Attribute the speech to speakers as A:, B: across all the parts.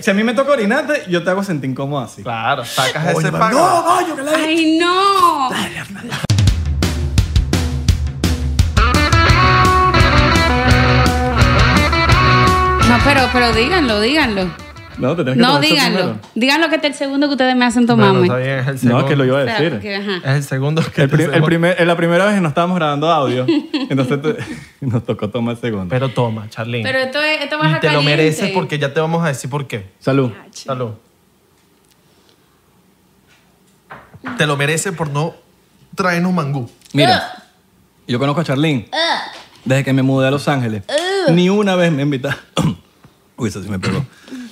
A: si a mí me toca orinarte, yo te hago sentir incómodo así.
B: Claro, sacas
A: Coño,
B: ese
A: mami,
B: pago.
A: no, coño, que la
C: ¡Ay, no! No, pero, pero díganlo, díganlo.
A: No, te tienes que
C: No,
A: tomar eso
C: díganlo.
A: primero.
C: Díganlo que este es el segundo que ustedes me hacen
B: Bueno,
C: tomarme.
B: está bien, es el segundo.
A: No, que lo iba a
C: O sea,
A: decir.
C: porque, ajá.
B: Es el segundo que
A: El
B: te
A: pri- el
B: hacemos.
A: primer- la primera vez que no estábamos grabando audio, entonces te- nos tocó tomar el segundo.
B: Pero toma, Charlene.
C: Pero esto, es, esto baja
B: y te lo
C: caliente.
B: mereces porque ya te vamos a decir por qué.
A: Salud.
B: Salud. Te lo mereces por no traernos mangú.
A: Mira,
C: Uh.
A: yo conozco a Charlene desde que me mudé a Los Ángeles.
C: Uh.
A: Ni una vez me invitaba. Uy, eso sí me pegó.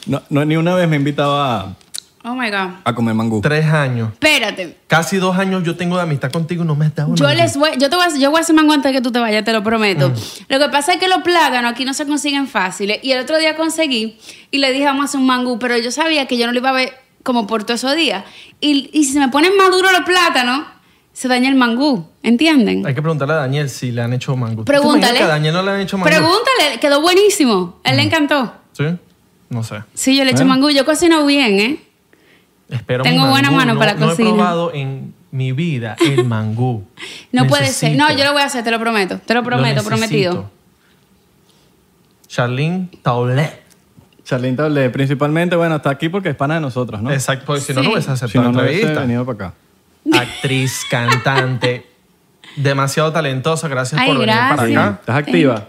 A: No, no, ni una vez me invitaba a,
C: Oh, my God.
A: a comer mangú.
B: Tres años.
C: Espérate.
B: Casi dos años yo tengo de amistad contigo y no me has dado
C: Yo
B: mangú.
C: les voy, yo te voy a, yo voy a hacer mango antes de que tú te vayas, te lo prometo.
B: Mm.
C: Lo que pasa es que los plátanos aquí no se consiguen fáciles. Y el otro día conseguí y le dije, vamos a hacer un mangú, pero yo sabía que yo no lo iba a ver como por todos esos días. Y, y si se me ponen maduros los plátanos, se daña el mangú, ¿entienden?
B: Hay que preguntarle a Daniel si le han hecho mangú. ¿Tú te imaginas
C: Pregúntale.
B: que a Daniel no le han hecho mangú. Mm.
C: Pregúntale, quedó buenísimo. A él le encantó.
B: ¿Sí? No sé.
C: Sí, yo le echo
A: Bueno.
C: mangú, yo cocino bien, ¿eh?
B: Espero
C: Tengo
B: un
C: buena
B: mangú.
C: mano
B: no,
C: para
B: no
C: cocina.
B: he probado en mi vida el mangú.
C: No puede ser. No,
B: Necesito.
C: yo lo voy a hacer, te lo prometo. Te lo prometo,
B: necesito.
C: prometido.
B: Charlene Taulet.
A: Charlene te hablé principalmente, bueno, está aquí porque es pana de nosotros, ¿no?
B: Exacto, porque si no,
C: Sí.
B: no hubiese
A: Si no, no
B: aceptado la
A: hubiese
B: entrevista.
A: venido para acá.
B: Actriz, cantante, demasiado talentosa. Gracias
C: Ay,
B: por venir
C: gracias.
B: para
A: Acá.
B: acá.
A: ¿Estás activa?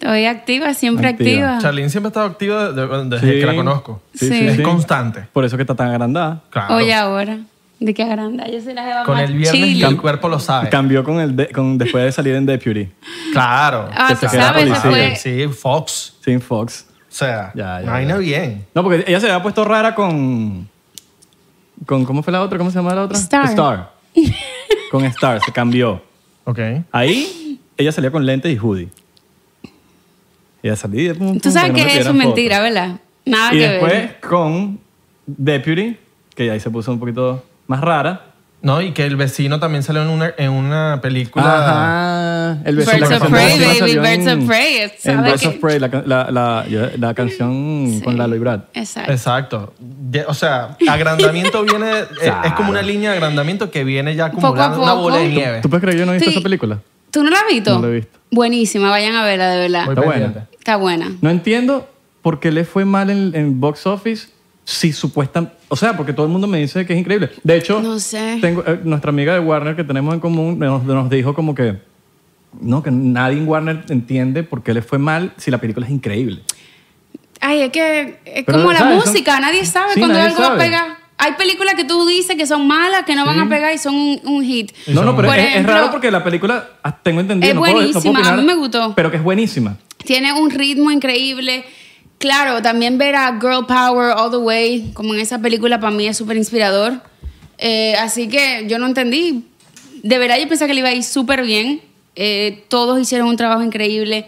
C: Estoy activa, siempre
A: Activa.
C: activa.
B: Charlene siempre ha estado activa de- de- desde
A: Sí.
B: que la conozco.
C: Sí.
B: Es constante.
A: Por eso que está tan agrandada.
B: Claro.
C: Oye, ahora. ¿De qué agranda? Yo soy la jeva
B: Con
C: más
B: el viernes
C: chili.
B: y el cuerpo lo sabe.
A: Cambió con el de- con, después de salir en Deputy,
B: Claro.
C: Ah,
A: Que
C: tú
A: se queda
C: sabes, se
A: policía.
C: fue.
B: Sí, Fox.
A: sin Fox.
B: O sea,
A: Ya, ya,
B: una vaina
A: ya.
B: bien.
A: No, porque ella se había puesto rara con, con... ¿Cómo fue la otra? ¿Cómo se llama la otra?
C: Star.
A: Star. Con Star, se cambió.
B: Ok.
A: Ahí ella salía con lentes y hoodie. Ella salía... pum, pum,
C: Tú
A: para
C: sabes
A: no le
C: que eso es
A: pidieran
C: mentira, ¿verdad? Nada
A: fotos. Y
C: que
A: después
C: ver.
A: con Deputy, que ahí se puso un poquito más rara.
B: No, y que el vecino también salió en una, en una película.
A: Ajá. El
C: Birds
A: la
C: of
A: canción
C: Prey,
A: buenísima
C: baby,
A: salió en-
C: Birds of Prey,
A: En
C: ¿sabes
A: Birds
C: qué?
A: of Prey, la, can- la, la, yo- la canción con Lalo y Brad.
C: Exacto.
B: Exacto. De- o sea, agrandamiento viene. es- es, como una línea de agrandamiento que viene ya
C: Poco a
B: acumulando una bola de
C: poco.
B: nieve.
A: ¿Tú puedes creer que yo no he visto
C: Sí.
A: esa película?
C: ¿Tú no la has visto?
A: No la he visto.
C: Buenísima, vayan a verla, de verdad.
B: Voy
A: Está buena.
B: pendiente.
C: Está buena.
A: No entiendo por qué le fue mal en, en box office si supuestamente... O sea, porque todo el mundo me dice que es increíble. De hecho,
C: No sé.
A: tengo, eh, nuestra amiga de Warner que tenemos en común nos, nos dijo como que... No, que nadie en Warner entiende por qué le fue mal si la película es increíble.
C: Ay, es que es
A: Pero,
C: como la
A: ¿sabes? Son-
C: música, nadie sabe
A: Sí,
C: cuando
A: nadie
C: algo va a
A: sabe.
C: pegar. Hay películas que tú dices que son malas, que no van
A: Sí.
C: a pegar y son un, un hit.
A: No, no, pero
C: Por
A: es, es
C: ejemplo,
A: raro porque la película, ah, tengo entendido,
C: es
A: no puedo- no puedo
C: buenísima, a
A: opinar,
C: mí me gustó.
A: Pero que es buenísima.
C: Tiene un ritmo increíble. Claro, también ver a Girl Power All the Way, como en esa película, para mí es súper inspirador. Eh, así que yo no entendí. De verdad, yo pensé que le iba a ir súper bien. Eh, todos hicieron un trabajo increíble.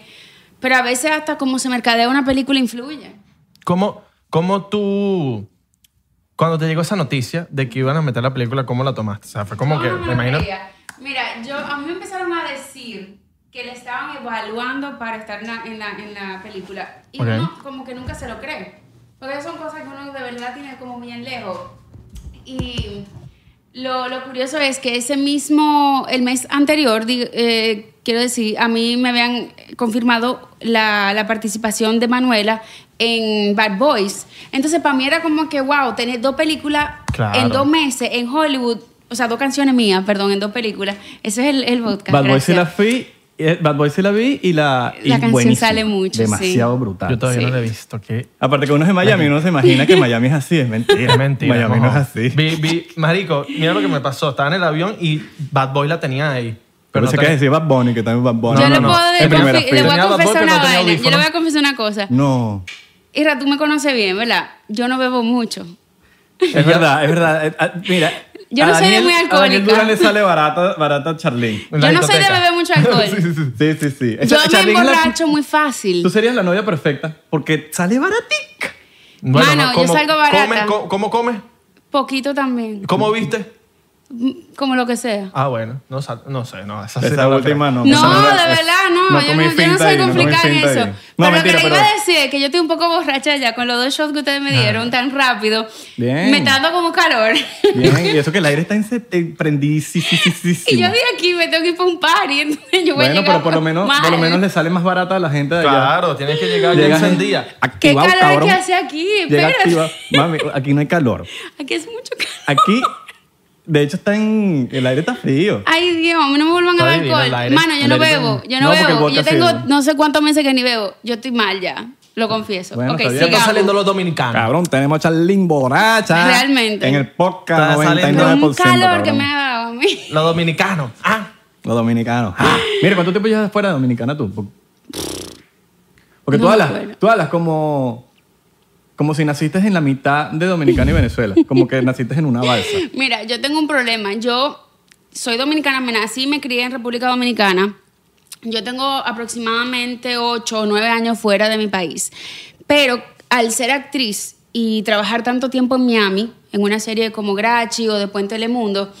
C: Pero a veces, hasta como se mercadea una película, influye.
B: ¿Cómo, cómo tú, cuando te llegó esa noticia de que iban a meter la película, cómo la tomaste? O sea, fue como
C: No,
B: que,
C: no me
B: me
C: lo
B: imagino,
C: creía. Mira, yo, a mí me empezaron a decir que le estaban evaluando para estar en la, en la, en la película. Y
B: Ok.
C: uno como que nunca se lo cree. Porque son cosas que uno de verdad tiene como bien lejos. Y lo, lo curioso es que ese mismo, el mes anterior, di- eh, quiero decir, a mí me habían confirmado la, la participación de Manuela en Bad Boys. Entonces, para mí era como que, wow, tener dos películas en
B: Claro.
C: dos meses en Hollywood, o sea, dos canciones mías, perdón, en dos películas. Ese es el, el podcast.
A: Bad Boy sí la
C: gracias.
A: fui, eh, Bad Boy sí la vi y la... y
C: La canción
A: buenísima.
C: sale mucho, sí.
A: Demasiado brutal.
B: yo todavía
C: Sí.
B: no la he visto, que
A: Aparte que uno es de Miami, uno se imagina que Miami es así, es mentira.
B: es mentira.
A: Miami
B: mojón.
A: no es así.
B: Vi, vi- marico, mira lo que me pasó, estaba en el avión y Bad Boy la tenía ahí.
A: Pero
B: Pero
A: se
B: no
A: que
B: tenía-
A: decir Bad Bunny, que también Bad Bunny.
C: yo
B: No,
C: le
B: no, no.
C: puedo
A: En primera
C: confi- le
A: fila.
C: voy a
B: Tenía Bad Boy,
C: confesar
B: pero
C: una
B: no tenía
C: vaina. Yo le voy
B: audífonos.
C: a confesar una cosa.
A: No.
C: Ira, tú me conoces bien, ¿verdad? Yo no bebo mucho.
A: Es verdad, es verdad. Eh, ah, Mira.
C: Yo
A: a
C: no soy de
A: Daniel-
C: muy
A: A Daniel
C: alcohólica.
A: Durán le sale barata, barata a Charlene.
B: En la
C: Yo no soy de
B: discoteca.
C: beber mucho alcohol.
A: Sí, sí, sí.
C: Yo
A: Esa-
C: me
A: Charlene es la-
C: emborracho muy fácil.
A: Tú serías la novia perfecta porque sale baratica.
B: Bueno,
C: Mano, yo
B: ¿cómo
C: salgo barata.
B: comes? ¿Cómo- ¿Cómo comes?
C: Poquito también.
B: ¿Cómo viste?
C: como lo que sea.
B: Ah, bueno. No, sa- no sé, no. Esa, sí
A: Esa
B: no la
A: última
B: creo.
A: Ah, no. pues
C: No,
A: esa
C: de verdad, no. yo,
A: comí
C: no yo no
A: finta
C: soy
A: ahí, no comí
C: complicada en
A: finta ahí.
C: eso.
A: No,
C: pero
A: mentira,
C: lo que
A: pero... Ah.
C: iba a decir es que yo estoy un poco borracha ya con los dos shots que ustedes me dieron tan rápido.
A: Bien.
C: Me está dando como calor.
A: Bien, y eso que el aire está en prendidísimo.
C: y yo de aquí me tengo que ir para un party. Entonces yo voy a
A: Bueno,
C: llegar
A: pero por lo, menos,
C: mal.
A: por lo menos le sale más barata a la gente de allá.
B: Claro, tienes que llegar ya
A: Llegas en-
B: encendida.
C: ¿Qué
A: activado,
C: calor
A: cabrón.
C: que hace aquí?
A: Llega activa.
C: Espérate.
A: Mami, aquí no hay calor.
C: Aquí es mucho calor.
A: Aquí, de hecho, está en... El aire está frío.
C: Ay, Dios, a mí no me vuelvan a
B: Está
C: dar
B: divino el
C: alcohol.
B: aire.
C: Mano, yo
B: El
C: no
B: aire
C: bebo.
A: está-
C: Yo
A: No,
C: no,
A: porque el
C: bebo.
A: vodka
C: Yo tengo
A: sirve.
C: no sé cuántos meses que ni bebo. Yo estoy mal ya. Lo confieso.
A: Bueno,
C: ok,
A: está bien.
B: Ya están
C: sigamos.
B: saliendo los dominicanos.
A: Cabrón, tenemos a Charlene borracha.
C: Realmente.
A: En el podcast
B: Está saliendo-
C: Pero
A: 99%.
C: un calor que
A: cabrón.
C: me ha dado a mí.
B: Los dominicanos. Ah.
A: Los dominicanos. Ah, Mira, ¿cuánto tiempo llevas fuera de Dominicana tú? Por- Porque tú,
C: No me
A: hablas,
C: acuerdo.
A: tú hablas como, como si naciste en la mitad de Dominicana y Venezuela. Como que naciste en una balsa.
C: Mira, yo tengo un problema. Yo soy dominicana, me nací y me crié en República Dominicana. Yo tengo aproximadamente 8 o 9 años fuera de mi país. Pero al ser actriz y trabajar tanto tiempo en Miami, en una serie como Grachi o después en Telemundo,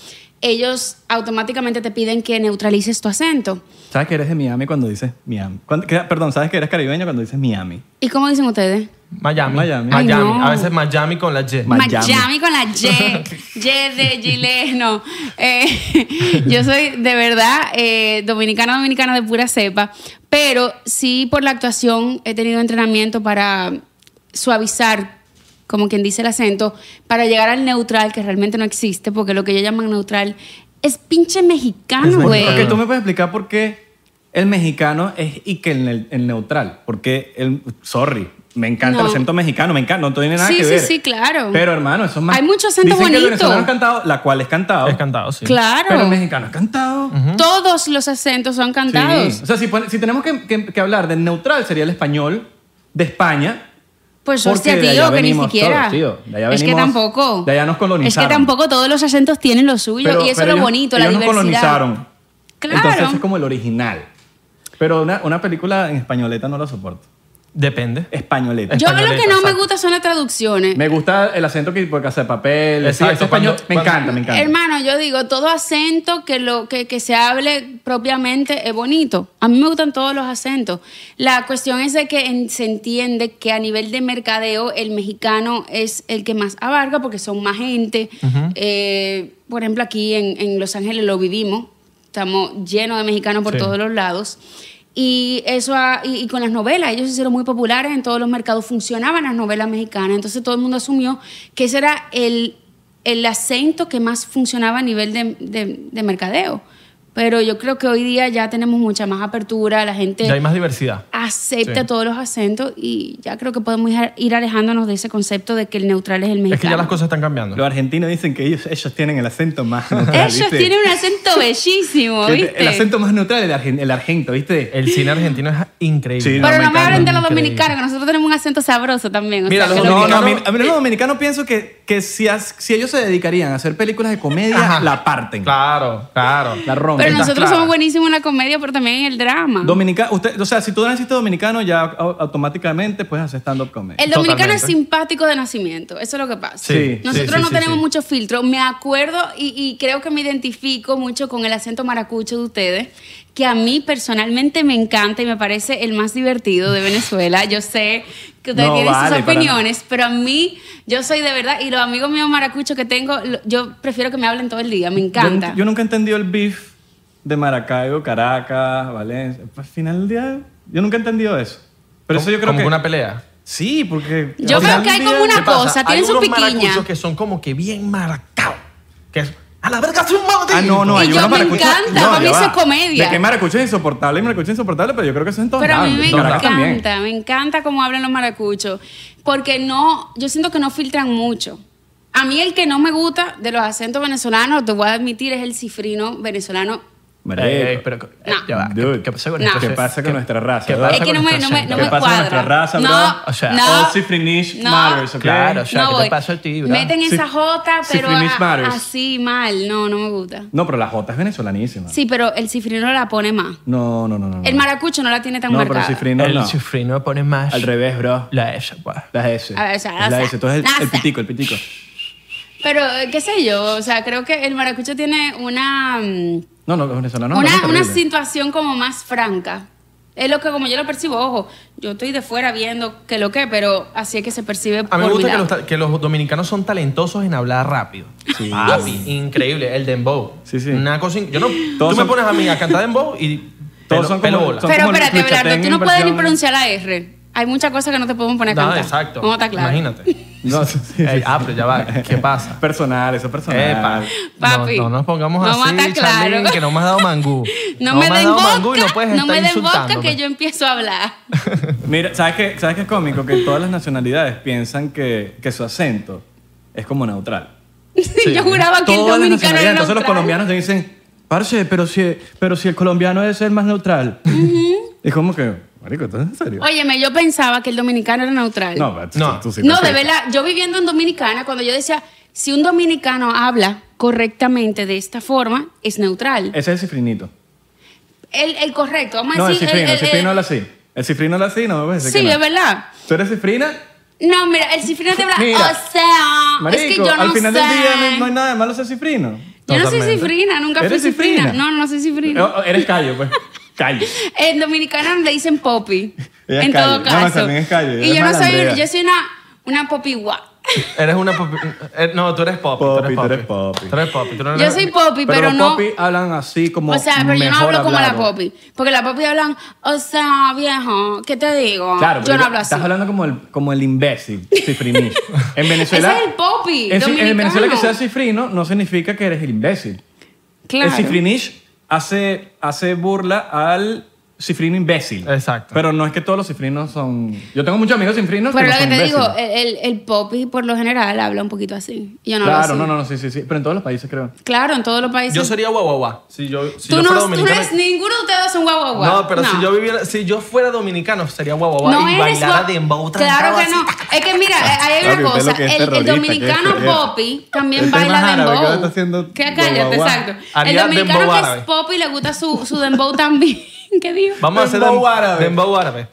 C: ellos automáticamente te piden que neutralices tu acento.
A: ¿Sabes que eres de Miami cuando dices Miami? Cuando- que- perdón, ¿sabes que eres caribeño cuando dices Miami?
C: ¿Y cómo dicen ustedes?
B: Miami.
A: Miami.
C: Ay, no.
B: A veces Miami con la Y.
A: Ma- Miami.
C: con la Y. Y de Gile, no. Eh, yo soy de verdad eh, dominicana, dominicana de pura cepa. Pero sí, por la actuación he tenido entrenamiento para suavizar, como quien dice el acento, para llegar al neutral, que realmente no existe, porque lo que ellos llaman neutral es pinche
A: Es
C: mexicano,
A: mexicano.
C: güey.
A: Porque tú me puedes explicar por qué el mexicano es y que el, ne- el neutral. Porque el. Sorry. Me encanta
C: No.
A: el acento mexicano, me encanta, no tiene nada
C: Sí,
A: que
C: sí,
A: ver.
C: sí, claro.
A: Pero hermano, eso es más.
C: Hay mucho acento
A: Dicen Que el
C: bonito.
A: venezolano es cantado, la cual es cantado.
B: Es cantado, sí.
C: Claro.
A: Pero el mexicano es cantado.
C: Todos los acentos son cantados.
A: Sí. O sea, si, pone- si tenemos que, que- que hablar del neutral, sería el español de España.
C: Pues
A: Porque
C: hostia,
A: de allá
C: tío, que ni
A: venimos
C: siquiera.
A: todos, tío. De allá
C: es que
A: venimos-
C: tampoco.
A: de allá nos colonizaron.
C: Es que tampoco todos los acentos tienen lo suyo
A: Pero-
C: y eso es
A: pero
C: lo
A: ellos-
C: bonito, la
A: ellos nos
C: diversidad.
A: colonizaron.
C: Claro.
A: Entonces ese es como el original. Pero una, una película en españoleta no la soporto.
B: Depende.
A: Españoleta.
C: Yo lo que
B: españoleta,
C: no me
B: exacto.
C: gusta son las traducciones.
A: Me gusta el acento que por casa de papel. sí,
B: Exacto,
A: ese español.
B: cuando-
A: me
B: cuando-
A: encanta, me encanta.
C: Hermano, yo digo, todo acento que, lo, que, que se hable propiamente es bonito. A mí me gustan todos los acentos. La cuestión es de que en- se entiende que a nivel de mercadeo el mexicano es el que más abarca porque son más gente. Eh, por ejemplo, aquí en, en Los Ángeles lo vivimos. Estamos llenos de mexicanos por
B: Sí.
C: todos los lados. Y eso ha- y, y con las novelas, ellos se hicieron muy populares en todos los mercados, funcionaban las novelas mexicanas, entonces todo el mundo asumió que ese era el, el acento que más funcionaba a nivel de, de- de mercadeo. Pero yo creo que hoy día ya tenemos mucha más apertura, la gente
B: Ya hay más diversidad.
C: acepta
B: Sí.
C: todos los acentos y ya creo que podemos ir- ir alejándonos de ese concepto de que el neutral es el mexicano.
B: Es que ya las cosas están cambiando.
A: Los argentinos dicen que ellos, ellos tienen el acento más neutral.
C: Ellos
A: ¿viste?
C: tienen un acento bellísimo,
A: El-
C: ¿viste?
A: El acento más neutral, el, argen- el argento, ¿viste?
B: El cine argentino es increíble.
A: Sí,
C: Pero no me
A: dominicano,
C: hablen de los
B: increíble.
C: dominicanos, que nosotros tenemos un acento sabroso también. o
B: Mira,
C: sea,
B: los
C: que lo-
A: No, no, a mí,
B: dominicanos-
A: a mí los dominicanos pienso que, que si, as- si ellos se dedicarían a hacer películas de comedia,
B: Ajá.
A: la parten.
B: Claro, claro.
A: La rompen.
C: Pero
B: Estás
C: nosotros
B: clara.
C: somos buenísimos en la comedia, pero también en el drama.
A: Dominica- usted, o sea, si tú naciste dominicano, ya au- automáticamente puedes hacer stand-up comedy.
C: el dominicano es
B: Totalmente.
C: simpático de nacimiento, eso es lo que pasa.
A: Sí,
C: Nosotros
B: sí,
C: no
B: sí,
C: tenemos
B: sí.
C: mucho filtro. Me acuerdo y, y creo que me identifico mucho con el acento maracucho de ustedes, que a mí personalmente me encanta y me parece el más divertido de Venezuela. Yo sé que ustedes
A: No
C: tienen
A: vale,
C: sus
A: para
C: opiniones, pero a mí, yo soy de verdad, y los amigos míos maracuchos que tengo, lo- yo prefiero que me hablen todo el día, me
A: Yo,
C: encanta.
A: nun- yo nunca he entendido el beef de Maracaibo, Caracas, Valencia. Al final del día, yo nunca he entendido eso. Pero eso yo creo
B: como
A: que...
B: una pelea.
A: Sí, porque...
C: Yo
A: al
C: creo
A: final
C: que hay
A: del día-
C: como una
B: ¿Qué pasa?
C: cosa, tienen
B: Hay
C: su
B: unos
C: piquiña.
B: maracuchos que son como que bien marcados. Que es, a la verga soy un maldito.
A: Ah, no, no,
C: Y
A: hay
C: yo
A: unos
C: me
A: maracuchos-
C: encanta,
A: No,
C: para mí
A: ya
C: eso
A: va.
C: es comedia.
A: De que maracucho es insoportable y maracucho es insoportable, pero yo creo que eso es en todos
C: Pero a mí
A: lados.
C: me
A: En Caracas
C: encanta,
A: también.
C: me encanta cómo hablan los maracuchos, porque no, yo siento que no filtran mucho. A mí el que no me gusta de los acentos venezolanos, te voy a admitir, es el cifrino venezolano.
A: Marico.
B: Ey, ey, pero, eh,
C: No.
B: ya va.
A: Dude,
B: ¿Qué pasa con
C: no.
B: nuestra-
A: ¿Qué pasa con este nuestra raza,
B: ¿Qué
A: bro?
B: pasa
C: Es que
B: con
C: no me,
B: nuestra
C: no me,
B: gente?
C: no
A: ¿Qué
C: me
A: pasa con
C: cuadra.
A: nuestra raza, bro?
C: No,
B: O sea,
C: no,
A: all cifrinish
C: no,
A: matters, ¿ok?
B: Claro, o sea,
C: no
B: ¿qué
C: voy.
B: te pasa a ti, bro?
C: Meten
A: Cif-
C: esa jota, pero
A: cifrinish
C: a-
A: matters.
C: así mal. No, no me gusta.
A: No, pero la J es venezolanísima.
C: Sí, pero el cifrino la pone más.
A: No, no, no, no. no.
C: El maracucho no la tiene tan
A: No, pero
C: marcada.
A: el cifrino
B: el
A: no.
B: sufrino me pone más
A: Al revés, bro.
B: la esa, pues.
A: La S.
C: A ver, o sea,
A: Es la
C: raza,
A: S. Entonces el- el,
C: raza.
A: pitico, el pitico.
C: Pero, eh, qué sé yo, o sea, creo que el maracucho tiene una, mm,
A: No, no, los venezolanos no,
C: una,
A: son
C: una
A: terribles.
C: situación como más franca. Es lo que como yo lo percibo, ojo, yo estoy de fuera viendo que lo que, pero así es que se percibe
B: A
C: por
B: mí me
C: mi
B: gusta que
C: lado.
B: los, ta- que los dominicanos son talentosos en hablar rápido.
A: Sí.
B: Papi, increíble. El dembow.
A: Sí, sí.
B: Una cosa... in- Yo no, tú
A: Todos
B: me
A: son-
B: pones a mí a cantar dembow y
A: Todos
B: pelo,
A: son
B: pelo
A: como-
B: bola.
A: son-
C: Pero
A: como
C: espérate,
A: el Lucha
C: Belardo, tú no
A: Ten
C: puedes ni
A: versión-
C: pronunciar la R. Hay muchas cosas que no te podemos poner a
B: No,
C: cantar.
B: exacto.
C: Vamos a estar claros.
B: Imagínate.
A: No, sí, sí,
B: Ey,
A: sí.
B: ah, pero ya va. ¿Qué pasa?
A: Personal, eso es personal.
B: Epa.
C: Papi,
B: No, no nos pongamos
C: vamos a
B: así,
C: estar
B: Charlene,
C: claro.
B: que no me has dado mangú.
C: No, me
B: has
C: den
B: dado mangú y no
C: boca,
B: puedes
C: no,
B: estar pues.
C: me den boca
B: insultándome.
C: que yo empiezo a hablar.
A: Mira, ¿sabes qué, ¿sabes qué es cómico? Que todas las nacionalidades piensan que, que su acento es como neutral.
C: yo juraba Ah, que el
A: Todas las
C: dominicano
A: nacionalidades.
C: era
A: Entonces los
C: neutral.
A: colombianos te dicen, parce, pero si, pero si el colombiano es el más neutral. Es como que, marico, ¿estás en serio?
C: Óyeme, yo pensaba que el dominicano era neutral.
A: No, pero tú-
B: No.
A: tú sí
C: no,
A: te acercas.
C: de verdad, yo viviendo en Dominicana, cuando yo decía, si un dominicano habla correctamente de esta forma, es neutral.
A: Ese es el cifrinito.
C: El, el correcto, vamos a
A: No, el
C: decir...
A: cifrino, el cifrino habla así. El cifrino habla así, no me parece
C: Sí,
A: que no.
C: es verdad.
A: ¿Tú eres cifrina?
C: No, mira, el cifrino te habla,
A: Mira,
C: o sea,
A: Marico,
C: Ah, es que yo no
A: al final
C: sé.
A: del día no, no hay nada de malo ser cifrino.
C: Yo no soy
B: Totalmente.
C: cifrina, nunca fui
A: ¿Eres
C: cifrina.
A: cifrina?
C: No, no soy cifrina.
A: O- o Eres callo, pues. Callo.
C: En dominicana le dicen popi.
A: Ella es
C: en todo
A: calle. No,
C: caso.
A: también es calle, ella
C: y
A: es
C: yo no soy,
A: malandrea.
C: yo soy una, una popi guá.
B: Eres una popi. eh, No, tú eres popi.
A: Popi, tú
B: tú
A: eres
B: eres
A: popi.
B: popi. Tú eres popi. tú no
C: Yo
B: eres-
C: soy popi, pero,
A: los
C: no.
A: popis hablan así como
C: o sea, pero yo no
A: mejor
C: hablo como la
A: hablado.
C: popi. Porque la popi hablan, o sea, viejo, ¿qué te digo?
A: Claro, pero
C: yo no hablo así.
A: Estás hablando como el, como el imbécil, cifriní. En Venezuela.
C: Ese es el popi
A: en- en
C: dominicano.
A: Venezuela que seas cifrino no significa que eres el imbécil. El
C: Claro.
A: cifrinish hace, hace burla al cifrino imbécil.
B: Exacto.
A: Pero no es que todos los cifrinos son. Yo tengo muchos amigos cifrinos
C: Pero
A: que
C: lo
A: no
C: que
A: son
C: te digo,
A: imbéciles.
C: el, el, el popi por lo general habla un poquito así. Y yo eh, no hablo
A: claro,
C: así.
A: no, no, no, sí, sí, sí. Pero en todos los países creo.
C: Claro, en todos los países.
B: Yo sería guaguaguá. Si yo, si
C: tú,
B: yo fuera
C: no, tú no
B: dominicano.
C: eres, ninguno de ustedes es un guau guau guau.
B: no, pero si yo viviera, si yo fuera dominicano, sería guaguaguá
C: no
B: y
C: eres
B: bailara
C: guau-
B: dembow
C: Claro
B: trancado
C: que
B: así.
C: no. Es que mira, eh, ahí hay
A: Papi,
C: una
A: usted
C: cosa.
A: lo que es
C: El- El,
A: terrorista,
C: dominicano
A: que es-
C: popi también
A: Usted es
C: baila
A: más árabe, que ahora
C: dembow.
A: está haciendo
C: que cállate,
A: guau, guau.
C: exacto. El
B: Haría
C: dominicano
B: dembow
C: que
B: árabe.
C: es popi le gusta su, su dembow también. ¿Qué digo?
B: Vamos a hacer
A: Dembow
B: dem-
A: árabe.
B: Dembow árabe.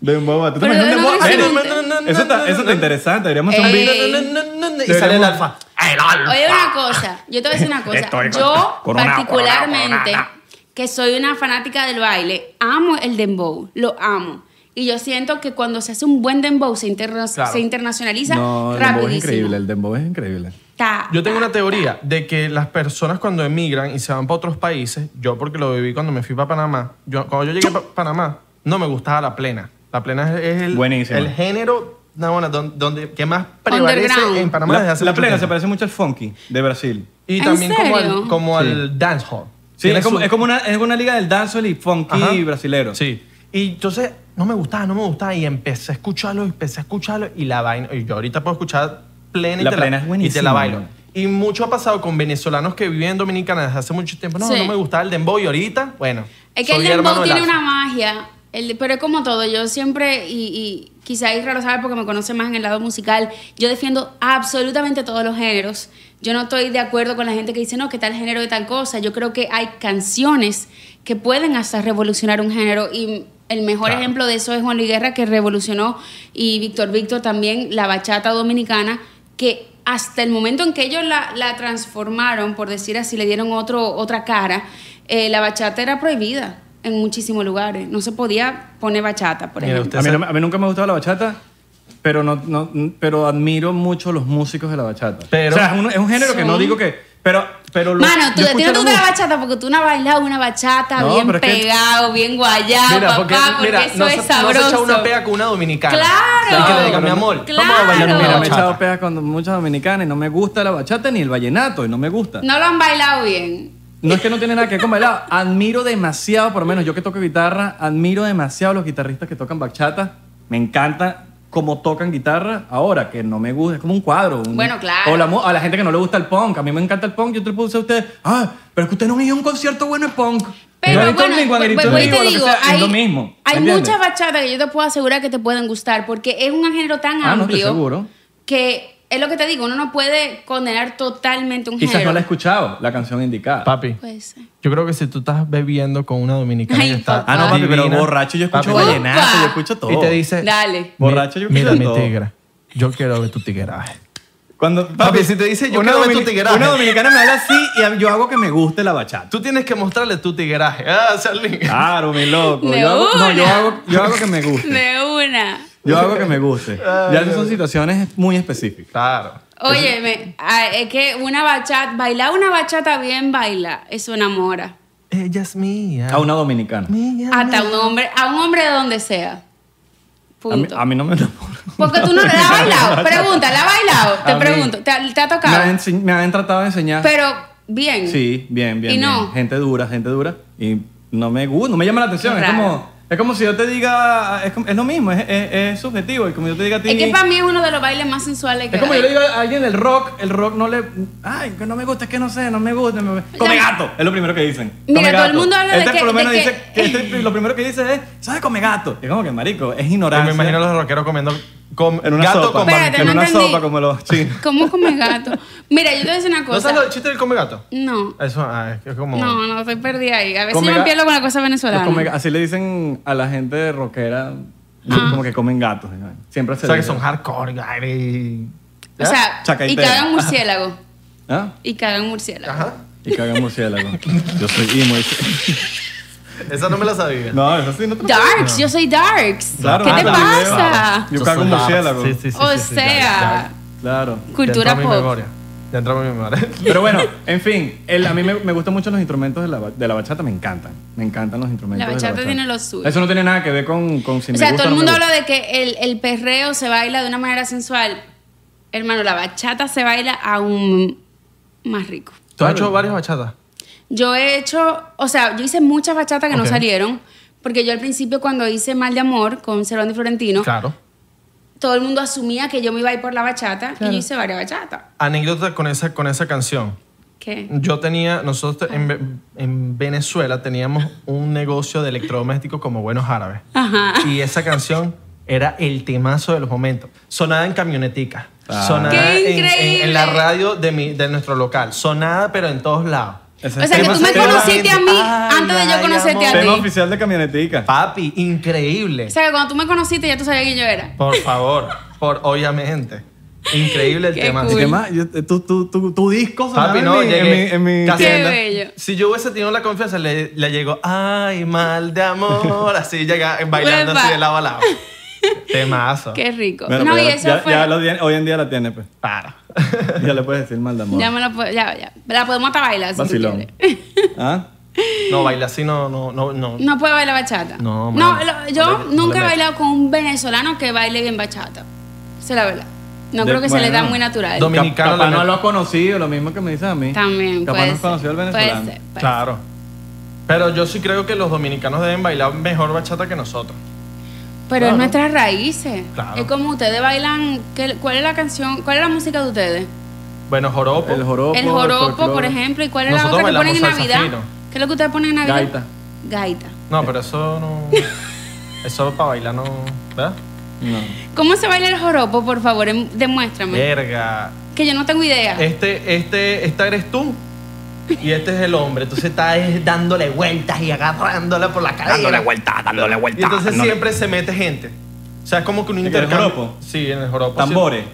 A: De un boba. ¿Tú te
C: Pero
A: imaginas
C: no
A: un boba?
C: eres
A: Ven,
C: un-
A: Eso está, eso está interesante. Deberíamos hacer un
C: Ey.
A: video.
B: Y
C: Eh.
B: sale el
A: Deberíamos-
B: alfa. El alfa.
C: Oye, una cosa, yo te voy a decir una cosa.
D: Estoy con-
C: yo,
D: coronado,
C: particularmente,
D: coronado, coronado.
C: que soy una fanática del baile, amo el dembow, lo amo. Y yo siento que cuando se hace un buen dembow se, interna-
B: Claro.
C: se internacionaliza
A: No, el dembow
C: rapidísimo.
A: es increíble. El dembow es increíble.
C: Ta,
B: Yo tengo una teoría de que las personas cuando emigran y se van para otros países, yo porque lo viví cuando me fui para Panamá, yo, cuando yo llegué para Panamá, no me gustaba la plena. La plena es, es el,
A: Buenísimo.
B: el género no, bueno, don- donde, que más prevalece
C: Underground.
B: en Panamá desde
A: La,
B: hace
A: la
B: mucho
A: plena se
B: tiempo.
A: parece mucho al funky de Brasil.
B: Y
C: ¿En
B: también como,
C: serio?
B: al, como
A: Sí.
B: al dancehall.
A: Sí,
B: Tiene
A: es como,
B: su-
A: es como una, es una liga del dancehall y funky
B: Ajá.
A: brasilero.
B: Sí. Y entonces no me gustaba, no me gustaba. Y empecé a escucharlo, empecé a escucharlo. Y la vaina. Y yo ahorita puedo escuchar plena y,
A: La
B: te,
A: plena
B: la,
A: es buenísima.
B: y te la bailo. Y mucho ha pasado con venezolanos que viven en Dominicana desde hace mucho tiempo. No,
C: Sí.
B: no me gustaba el dembow. Y ahorita, bueno.
C: Es que
B: soy
C: el dembow
B: hermano del
C: tiene
B: Alfa.
C: una magia, el de- pero es como todo. Yo siempre, y, y quizá Isra lo sabe porque me conoce más en el lado musical, yo defiendo absolutamente todos los géneros. Yo no estoy de acuerdo con la gente que dice, no, que tal género de tal cosa. Yo creo que hay canciones que pueden hasta revolucionar un género y el mejor
B: Claro.
C: ejemplo de eso es Juan Luis Guerra que revolucionó y Víctor Víctor también la bachata dominicana que hasta el momento en que ellos la, la transformaron, por decir así, le dieron otro, otra cara, eh, la bachata era prohibida en muchísimos lugares. No se podía poner bachata, por
B: Mira usted.
C: ejemplo.
A: A mí, no me- a mí nunca me ha gustado la bachata, pero, no, no- pero admiro mucho los músicos de la bachata.
B: Pero-
A: o sea, es un, es un género que no
C: Sí.
A: digo que... Pero, pero lo-
C: Mano, tú
A: yo
C: a ti no
A: escucho la
C: te gusta la
A: música-
C: bachata porque tú no has bailado una bachata
A: No,
C: bien
A: pero es que-
C: pegado, bien guayado, papá, porque, eso
B: no, se-
C: es
B: no se
C: sabroso.
B: echa una pega con una dominicana.
C: Claro.
B: Y que le diga,
A: Claro.
B: mi amor, vamos a bailar
C: Claro.
B: una
A: Mira, me he
B: bachata".
A: echado pegas con muchas dominicanas y no me gusta la bachata ni el vallenato y no me gusta.
C: No lo han bailado bien.
A: No es que no tiene nada que ver con bailar. Admiro demasiado, por lo menos yo que toco guitarra, admiro demasiado a los guitarristas que tocan bachata. Me encanta cómo tocan guitarra. Ahora, que no me gusta, es como un cuadro. un-
C: Bueno, claro.
A: O la, mu- a la gente que no le gusta el punk. A mí me encanta el punk. Yo te lo puse a ustedes. Ah, pero es que usted no iba a un concierto bueno de punk.
C: Pero
A: No, y
C: bueno,
A: Tomlin, Juan
C: pues-
A: Grito
C: pues
A: Vivo,
C: te
A: lo que
C: digo,
A: sea,
C: hay,
A: es lo mismo.
C: hay
A: ¿entiendes?
C: muchas bachatas que yo te puedo asegurar que te pueden gustar porque es un género tan
A: Ah, no, estoy
C: amplio
A: seguro.
C: que es lo que te digo, uno no puede condenar totalmente un
A: Quizás
C: género. Pues,
A: no la he escuchado, la canción indicada.
B: Papi,
C: Puede ser.
B: yo creo que si tú estás bebiendo con una dominicana
C: Ay,
B: que está
C: papá. Ah, no,
A: papi, pero
B: divina,
A: borracho yo escucho
B: papi,
A: vallenato, yo escucho todo.
B: Y te dice,
C: Dale.
A: Borracho yo
B: mira
A: escucho
B: mi
A: todo".
B: tigra, yo quiero ver tu tigraje.
A: Cuando,
B: Papi, si te dice, yo quiero ver tu tigueraje.
A: una dominicana me habla así y a- yo hago que me guste la bachata.
B: Tú tienes que mostrarle tu tigueraje. Ah, Charlín.
A: Claro, mi loco.
C: De
A: Yo hago, no, yo
C: una.
A: hago, yo hago que me guste.
C: De una.
A: Yo hago que me guste. Ya son situaciones muy específicas.
B: Claro.
C: Óyeme, ah, es que una bachata, bailar una bachata bien baila, eso enamora.
B: Ella es mía.
A: A una dominicana.
B: Mía,
C: Hasta
B: mía.
C: un hombre, a un hombre de donde sea.
A: A mí,
C: Punto.
A: a mí no me enamora.
C: Porque tú no la has bailado. Pregunta, ¿la has bailado? Te
A: A mí.
C: pregunto, ¿te, te ha
A: Me han,
C: tocado?
A: ense- me han tratado de enseñar.
C: Pero bien.
A: Sí, bien, bien.
C: ¿Y no?
A: bien. Gente dura, gente dura. Y no me gusta, no me llama la atención.
C: Qué
A: Es
C: raro.
A: como, es como si yo te diga, es, como- es lo mismo, es, es- es subjetivo. Y como yo te diga a ti.
C: Es que para mí es uno de los bailes más sensuales que
A: es como yo
C: hay.
A: le digo a alguien el rock, el rock no le. Ay, que no me gusta, es que no sé, no me gusta. me- come
C: Ya.
A: gato, es lo primero que dicen.
C: Mira,
A: come
C: todo el
A: gato.
C: mundo habla de
A: Este
C: que-
A: por lo
C: de
A: menos
C: que-
A: dice. este lo primero que dice es, ¿sabes come gato? Es como que marico, es
B: Yo
A: ignorante.
B: me imagino a los rockeros comiendo com-
A: en una
B: gato
A: sopa.
B: con
C: Espérate,
B: barbecue.
A: en
C: no
A: una
C: entendí.
A: sopa como los chinos.
C: ¿Cómo come gato? Mira, yo te voy a decir una
B: ¿No
C: cosa.
B: sabes el chiste del come gato?
C: No,
B: Eso ah, es que es como.
C: no, no, estoy perdida ahí. A veces
A: Come
C: yo me
A: ga-
C: pierdo con la cosa venezolana.
A: Los come- así le dicen a la gente rockera,
C: Ah.
A: como que comen gatos. ¿no? Siempre
B: O
A: se
B: sea, que
A: dice.
B: son hardcore, gay.
C: o
A: ¿Eh?
C: sea, y
A: Chacaitera.
C: cagan murciélago.
A: ¿Ah?
C: Y cagan murciélago.
A: Y cagan murciélago. Yo soy emo. y-
B: Esa no me la sabía. ah,
A: No, eso sí, no te lo-
C: Darks, yo soy Darks.
A: Claro,
C: ¿Qué te
A: claro,
C: pasa?
A: Yo cago
B: soy dark.
A: murciélago.
B: Sí, sí, sí,
C: o
B: sí, sí,
C: sea,
B: ya,
A: Claro.
B: ya.
C: cultura
B: Ya entró a mi
C: pop.
B: memoria. Ya entró a mi memoria.
A: Pero bueno, en fin, el- a mí me, me gustan mucho los instrumentos de la, ba- de la bachata, me encantan. Me encantan los instrumentos.
C: La
A: de la
C: bachata tiene lo suyo.
A: Eso no tiene nada que ver con, con si
C: o
A: me
C: sea,
A: gusta
C: todo el
A: o no
C: mundo
A: me
C: habla
A: gusta.
C: de que el, el perreo se baila de una manera sensual. Hermano, la bachata se baila aún más rico.
B: ¿Tú has
A: Claro.
B: hecho varias bachatas?
C: Yo he hecho, o sea, yo hice muchas bachatas que no
B: Ok.
C: salieron, porque yo al principio cuando hice Mal de Amor con Cervantes y Florentino,
B: Claro.
C: todo el mundo asumía que yo me iba a ir por la bachata y yo hice varias bachatas.
B: Anécdota con esa, con esa canción.
C: ¿Qué?
B: Yo tenía, nosotros en, Ve- en Venezuela teníamos un negocio de electrodomésticos como buenos árabes.
C: Ajá.
B: Y esa canción era el temazo de los momentos. Sonada en camionetica.
A: Ah.
B: Sonada
C: ¡Qué
B: en- en- En,
C: increíble!
B: la radio de, mi, de nuestro local. Sonada, pero en todos lados.
A: Ese
C: O sea, que
A: tema-
C: tú me
A: tema-
C: conociste a mí
B: Ay,
C: antes de yo
B: ay,
C: conocerte
B: amor.
A: Tema
C: a ti.
A: oficial de camionetica.
B: Papi, increíble.
C: O sea, que cuando tú me conociste ya tú sabías quién yo era.
B: Por favor, por obviamente. Increíble el
C: Qué
B: tema.
A: ¿Y
C: cool.
A: qué más? Yo- eh, tu, tu, tu, tu disco sonaba
B: Papi,
A: en
B: no,
A: mi- en mi,
B: llegué
A: en mi
B: casi-
C: Qué
A: tienda.
C: bello.
B: Si yo hubiese tenido la confianza, le, le llegó, ay, mal de amor, así llega bailando
C: Uepa.
B: así de lado a lado. Temazo.
C: Qué rico.
A: Bueno,
C: no,
A: pero
C: y
A: ya-
C: eso
A: ya-
C: fue...
A: ya lo tiene- hoy en día la tiene, pues.
B: Para.
A: Ya le puedes decir mal de amor.
C: Ya me la puedo... Ya, ya. La podemos hasta bailar si tú
A: Vacilón.
C: quieres.
A: ¿Ah?
B: No, baila así, no, no, no, no.
C: No puedo bailar bachata.
B: No, man.
C: lo- yo
B: No le- no le
C: nunca he
B: meto.
C: bailado con un venezolano que baile bien bachata. Esa es la verdad. No
A: De-
C: creo que se le da
A: bueno.
C: muy natural.
B: Domi- Dominicano
A: Capaz
B: le-
A: no lo has conocido, lo mismo que me dices a mí.
C: También,
A: Capaz
C: puede
A: no has
C: ser,
A: conocido al
C: puede
A: venezolano.
C: ser.
B: Claro. Pero yo sí creo que los dominicanos deben bailar mejor bachata que nosotros.
C: Pero es nuestras raíces.
B: Claro.
C: Es como ustedes bailan... ¿qué- ¿Cuál es la canción? ¿Cuál es la música de ustedes?
B: Bueno, joropo.
A: El joropo.
C: el joropo, por
A: folclore.
C: ejemplo. ¿Y cuál es la
B: Nosotros
C: otra que ponen en
B: bailamos salsa
C: Navidad?
B: fino.
C: ¿Qué es lo que ustedes ponen en Navidad?
A: Gaita.
C: Gaita.
B: No, pero eso no. Eso para bailar no. ¿Verdad?
A: No.
C: ¿Cómo se baila el joropo, por favor? Em- Demuéstrame.
B: Eh. Verga.
C: Que yo no tengo idea.
B: Este, este, esta eres tú. Y este es el hombre. Entonces está es dándole vueltas y agarrándola por la cadera.
D: Dándole vuelta, dándole vuelta.
B: Y entonces
D: dándole-
B: siempre se mete gente. O sea, es como que un
A: ¿En el
B: intercambio.
A: joropo?
B: Sí, en el joropo. sí.
A: Tambores.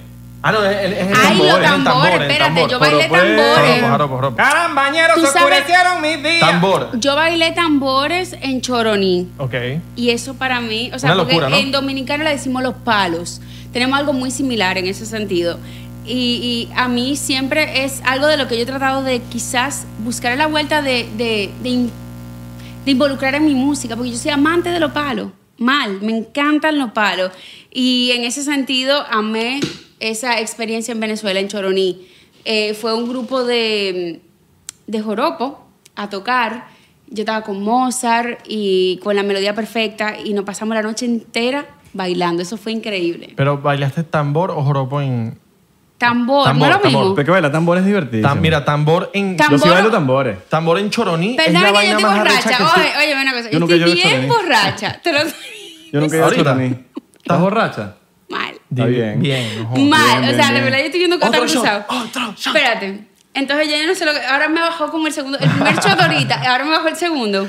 B: Ah, no, es, es- es el
C: Ay,
B: tambor.
C: los
B: es el tambor,
C: tambores,
B: el
C: espérate,
B: tambor.
C: yo bailé
A: Joropo eh. es-
C: tambores.
B: Joropo, joropo, joropo.
A: Carambañeros,
C: Tú sabes- oscurecieron
A: mis días.
B: Tambor.
C: Yo bailé tambores en Choroní.
B: Ok.
C: Y eso para mí, o sea,
B: Una
C: porque
B: locura, ¿no?
C: en dominicano le decimos los palos. Tenemos algo muy similar en ese sentido. Y, y a mí siempre es algo de lo que yo he tratado de quizás buscar la vuelta de, de, de in- de involucrar en mi música, porque yo soy amante de los palos. Mal, me encantan los palos. Y en ese sentido, amé esa experiencia en Venezuela, en Choroní. Eh, fue un grupo de, de joropo a tocar. Yo estaba con Mozart y con la melodía perfecta y nos pasamos la noche entera bailando. Eso fue increíble.
B: Pero bailaste tambor o joropo en.
C: Tambor,
B: Tambor,
C: no es lo
B: tambor.
C: mismo.
A: Pero que baila tambor es divertido.
B: Tam- mira, tambor en.
C: Tam-
A: yo sí
C: tambor-
A: bailo tambores.
B: Tambor en choroní. es la
C: Perdóname que yo
B: vaina
C: estoy
B: más arrecha
C: borracha.
B: que
C: Oye,
B: existe.
C: oye, ven acá.
A: Yo
C: Yo
A: nunca
C: estoy
A: llevo
C: bien
A: Choroní.
C: borracha. Te lo
A: Yo nunca he ido a
B: Ahorita.
A: Choroní. ¿Estás borracha?
C: Mal.
A: Está bien.
B: Bien. ojo.
C: Mal,
A: bien,
C: o sea,
A: bien,
C: de
A: bien.
C: verdad yo estoy viendo que está
B: Otro shot,
C: cruzado.
B: otro shot.
C: Espérate. Entonces ya yo no sé lo que. Ahora me bajó como el segundo. El primer shot ahorita. Ahora me bajó el segundo.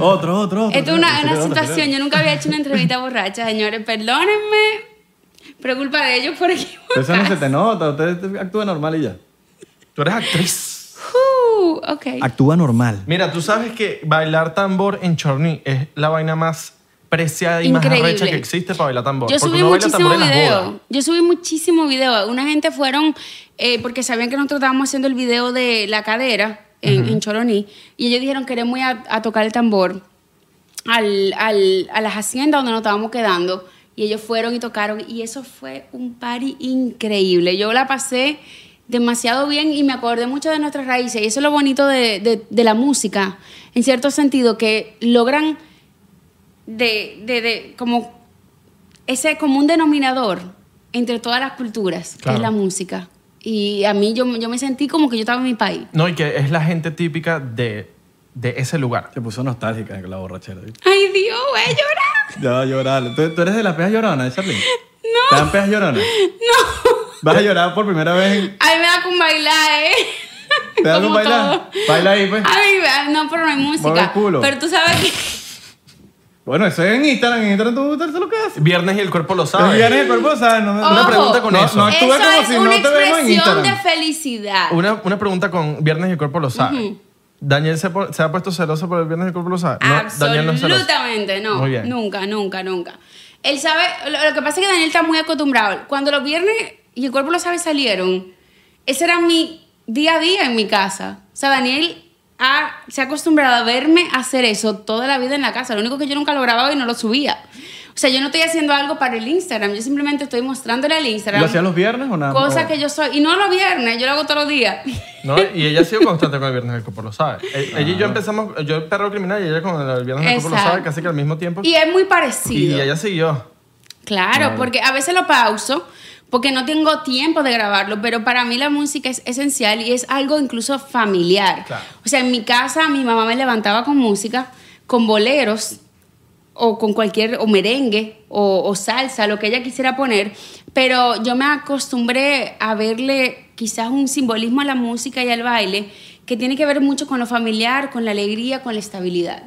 A: Otro, otro, otro.
C: Esto es una, una situación, yo nunca había hecho una entrevista borracha, señores, perdónenme, pero culpa de ellos por aquí.
A: Eso no se te nota, usted actúa normal y ya.
B: Tú eres actriz.
C: Uh, ok.
A: Actúa normal.
B: Mira, tú sabes que bailar tambor en Chorny es la vaina más preciada y más
C: Increíble.
B: arrecha que existe para bailar tambor.
C: Yo
B: Porque
C: subí
B: uno baila
C: muchísimo
B: tambor en las bodas.
C: video. Yo subí muchísimo video. Una gente fueron eh, porque sabían que nosotros estábamos haciendo el video de la cadera en, en Choroní y ellos dijeron queremos ir a, a tocar el tambor al, al- a las haciendas donde nos estábamos quedando y ellos fueron y tocaron y eso fue un party increíble. Yo la pasé demasiado bien y me acordé mucho de nuestras raíces y eso es lo bonito de, de- de la música, en cierto sentido, que logran de, de, de como ese común denominador entre todas las culturas,
B: Claro.
C: que es la música. Y a mí yo, yo me sentí como que yo estaba en mi país.
B: No, y que es la gente típica de, de ese lugar.
A: Te puso nostálgica la borrachera.
C: Ay Dios, voy a llorar.
A: Ya va a llorar. ¿Tú, tú eres de las pejas lloronas, Charly? No. ¿Te dan pejas lloronas? No. Vas a llorar por primera vez. en-
C: Ay, me da con bailar,
A: ¿Te
C: ¿eh?
A: da
C: Como
A: con bailar?
C: todo.
A: Baila ahí, pues.
C: Ay, va- no, pero no hay
A: Mueve el
C: música.
A: culo.
C: Pero tú sabes que...
A: Bueno, eso es en Instagram. En Instagram tú te lo que haces.
B: Viernes y el cuerpo lo
A: Te
B: sabe.
A: vienes el cuerpo, ¿sabes? No, me-
C: Ojo.
B: Una pregunta con
A: No,
B: eso.
A: no. actúes
C: Eso
A: como
C: es
A: si no
C: una
A: te vemos en
C: expresión de
A: Instagram.
C: felicidad.
B: Una, una pregunta con Viernes y el cuerpo lo sabe. Daniel se, po- se ha puesto celoso por el Viernes y el cuerpo lo sabe. No, Daniel no es celoso.
C: Absolutamente, no.
B: Muy bien.
C: Nunca, nunca, nunca. Él sabe, lo, lo que pasa es que Daniel está muy acostumbrado. Cuando los viernes y el cuerpo lo sabe salieron, ese era mi día a día en mi casa. O sea, Daniel ha- se ha acostumbrado a verme hacer eso toda la vida en la casa. Lo único que yo nunca lo grababa y no lo subía. O sea, yo no estoy haciendo algo para el Instagram, yo simplemente estoy mostrándole al Instagram.
A: ¿Lo hacías los viernes o nada?
C: Cosas
A: O-
C: que yo soy. Y no los viernes, yo lo hago todos los días.
B: ¿No? Y ella ha sido constante con el Viernes y el cuerpo lo sabe. E- Ella y yo empezamos, yo el perro criminal y ella con el Viernes y el cuerpo lo
C: Exacto.
B: sabe casi que al mismo tiempo.
C: Y es muy
B: Y
C: parecido.
B: ella siguió.
C: Claro, porque a veces lo pauso porque no tengo tiempo de grabarlo, pero para mí la música es esencial y es algo incluso familiar.
B: Claro.
C: O sea, en mi casa mi mamá me levantaba con música, con boleros o con cualquier, o merengue o, o salsa, lo que ella quisiera poner, pero yo me acostumbré a verle quizás un simbolismo a la música y al baile que tiene que ver mucho con lo familiar, con la alegría, con la estabilidad.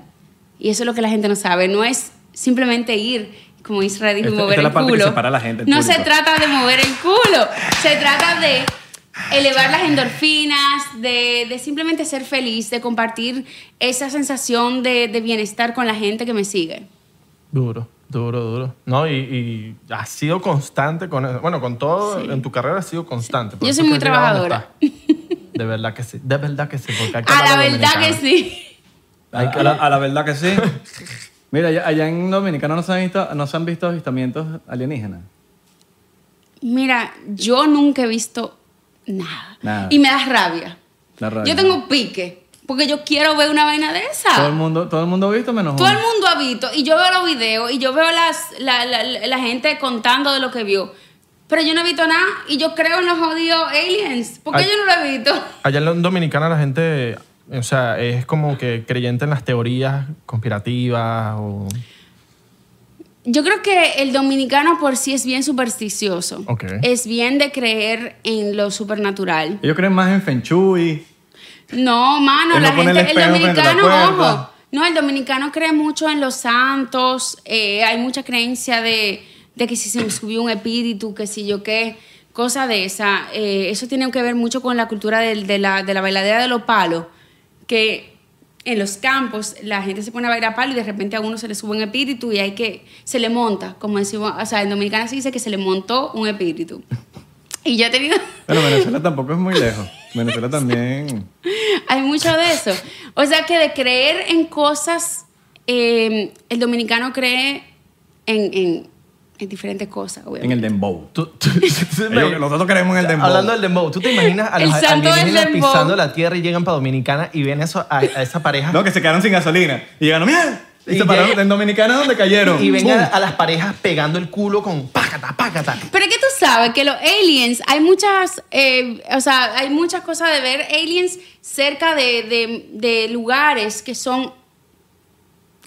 C: Y eso es lo que la gente no sabe, no es simplemente ir, como Israel dijo, y
A: Esta- esta
C: mover
A: es la
C: el
A: parte que
C: culo.
A: separa a la gente del
C: no se
A: público.
C: trata de mover el culo, se trata de elevar las endorfinas, de, de simplemente ser feliz, de compartir esa sensación de, de bienestar con la gente que me sigue.
B: Duro, duro, duro. No, y, y has sido constante con eso. Bueno, con todo en tu carrera has sido constante. Por
C: Yo
B: eso
C: soy
B: es
C: muy
B: que has llegado donde
C: trabajadora.
B: estás. De verdad que sí, de verdad que sí. Porque hay que
C: A la
B: hablar
C: verdad que
B: dominicano.
C: sí.
A: A, a la, a la verdad que sí. Mira, allá, allá en Dominicana no se han visto, no se han visto avistamientos alienígenas.
C: Mira, yo nunca he visto nada.
A: Nada.
C: Y me da rabia.
A: La rabia.
C: Yo tengo pique, porque yo quiero ver una vaina de esa.
A: Todo el mundo, todo el mundo ha visto menos
C: Todo
A: uno.
C: el mundo ha visto, y yo veo los videos, y yo veo las, la, la- la- la gente contando de lo que vio. Pero yo no he visto nada, y yo creo en los jodidos aliens. ¿Por qué
B: Ay.
C: yo no lo he visto?
B: Allá en la- en Dominicana la gente, o sea, es como que creyente en las teorías conspirativas o...
C: Yo creo que el dominicano por sí es bien supersticioso.
B: Ok.
C: Es bien de creer en lo supernatural.
A: Ellos creen más en Feng Shui.
C: No, mano,
A: Él no
C: la
A: pone el
C: gente, el
A: espejo frente a la
C: dominicano,
A: puerta.
C: ojo. No, el dominicano cree mucho en los santos. eh, hay mucha creencia de, de que si se me subió un espíritu, que si yo qué, cosa de esa. Eh, eso tiene que ver mucho con la cultura del- de, la, de la bailadera de los palos, que en los campos la gente se pone a bailar palo y de repente a uno se le sube un espíritu y hay que, se le monta, como decimos, o sea, en dominicano se dice que se le montó un espíritu. Y yo he tenido...
A: Bueno, Venezuela tampoco es muy lejos. Venezuela también.
C: Hay mucho de eso. O sea que de creer en cosas, eh, el dominicano cree en, en- en diferentes cosas,
A: En
C: obviamente.
A: el Dembow.
B: Tú- tú- tú-
A: Ellos- nosotros creemos en el Dembow.
B: Hablando del dembow, ¿tú te imaginas a
C: El
B: los
C: santo del
B: alienígenas
C: dembow.
B: pisando la tierra y llegan para Dominicana y ven eso, a, a esa pareja?
A: No, que se quedaron sin gasolina. Y llegaron, mira, Y se pararon en Dominicana donde cayeron.
B: Y ven a,
A: ¡Pum!
B: a las parejas pegando el culo con pácata, pácata.
C: Pero es que tú sabes que los aliens, hay muchas, eh, o sea, hay muchas cosas de ver aliens cerca de, de- de lugares que son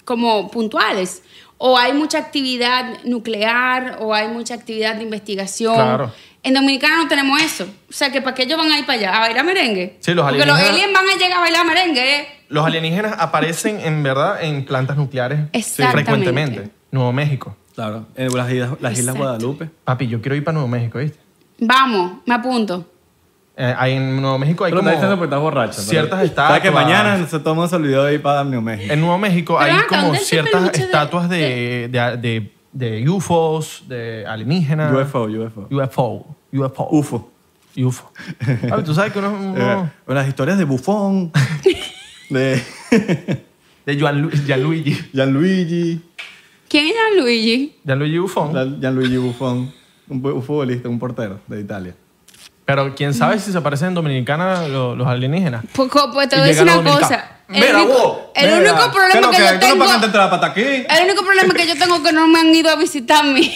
C: como puntuales. O hay mucha actividad nuclear, o hay mucha actividad de investigación.
B: Claro.
C: En Dominicana no tenemos eso. O sea, que ¿para qué ellos van a ir para allá? ¿A bailar merengue?
B: Sí, los
C: Porque los
B: alienígenas-
C: aliens van a llegar a bailar merengue. ¿eh?
B: Los alienígenas aparecen en verdad en plantas nucleares
C: Exactamente.
B: frecuentemente. Nuevo México.
A: Claro, en las Islas, las Islas
C: Exacto.
A: Guadalupe.
B: Papi, yo quiero ir para Nuevo México, ¿viste?
C: Vamos, me apunto.
B: Eh, ahí en Nuevo México hay
A: Pero
B: como...
A: estás diciendo porque estás borracho. pero-
B: Ciertas
A: O sea, que
B: estatuas.
A: mañana se toma se olvidó de ir para New México.
B: En Nuevo México
C: Pero
B: hay
C: acá,
B: como
C: ¿dónde está el
B: ciertas
C: peluche de-
B: estatuas de, de, de, de UFOs, de alienígenas.
A: UFO, UFO.
B: UFO. UFO.
A: Ah. UFO.
B: UFO. Papi, tú sabes que uno... uno-
A: Eh, las historias de Buffon, de
B: de Juan Lu- Gianluigi.
A: Gianluigi,
C: ¿Quién es Luigi?
B: Gianluigi UFO.
A: la- Gianluigi Buffon, un, bu- un futbolista, un portero de Italia.
B: Pero quién sabe si se aparecen en Dominicana lo- los alienígenas.
C: Pues, co- pues te
B: Y
C: voy a decir
B: llegan
C: una
B: a
C: cosa.
B: Dominicana.
C: El
B: Mira, vos,
C: único, el
A: Mira,
C: único
A: ¿qué es
C: problema
A: lo
C: que yo
A: ¿Tú no
C: tengo.
A: pagaste entrada para aquí?
C: El único problema que yo tengo es que no me han ido a visitar a mí.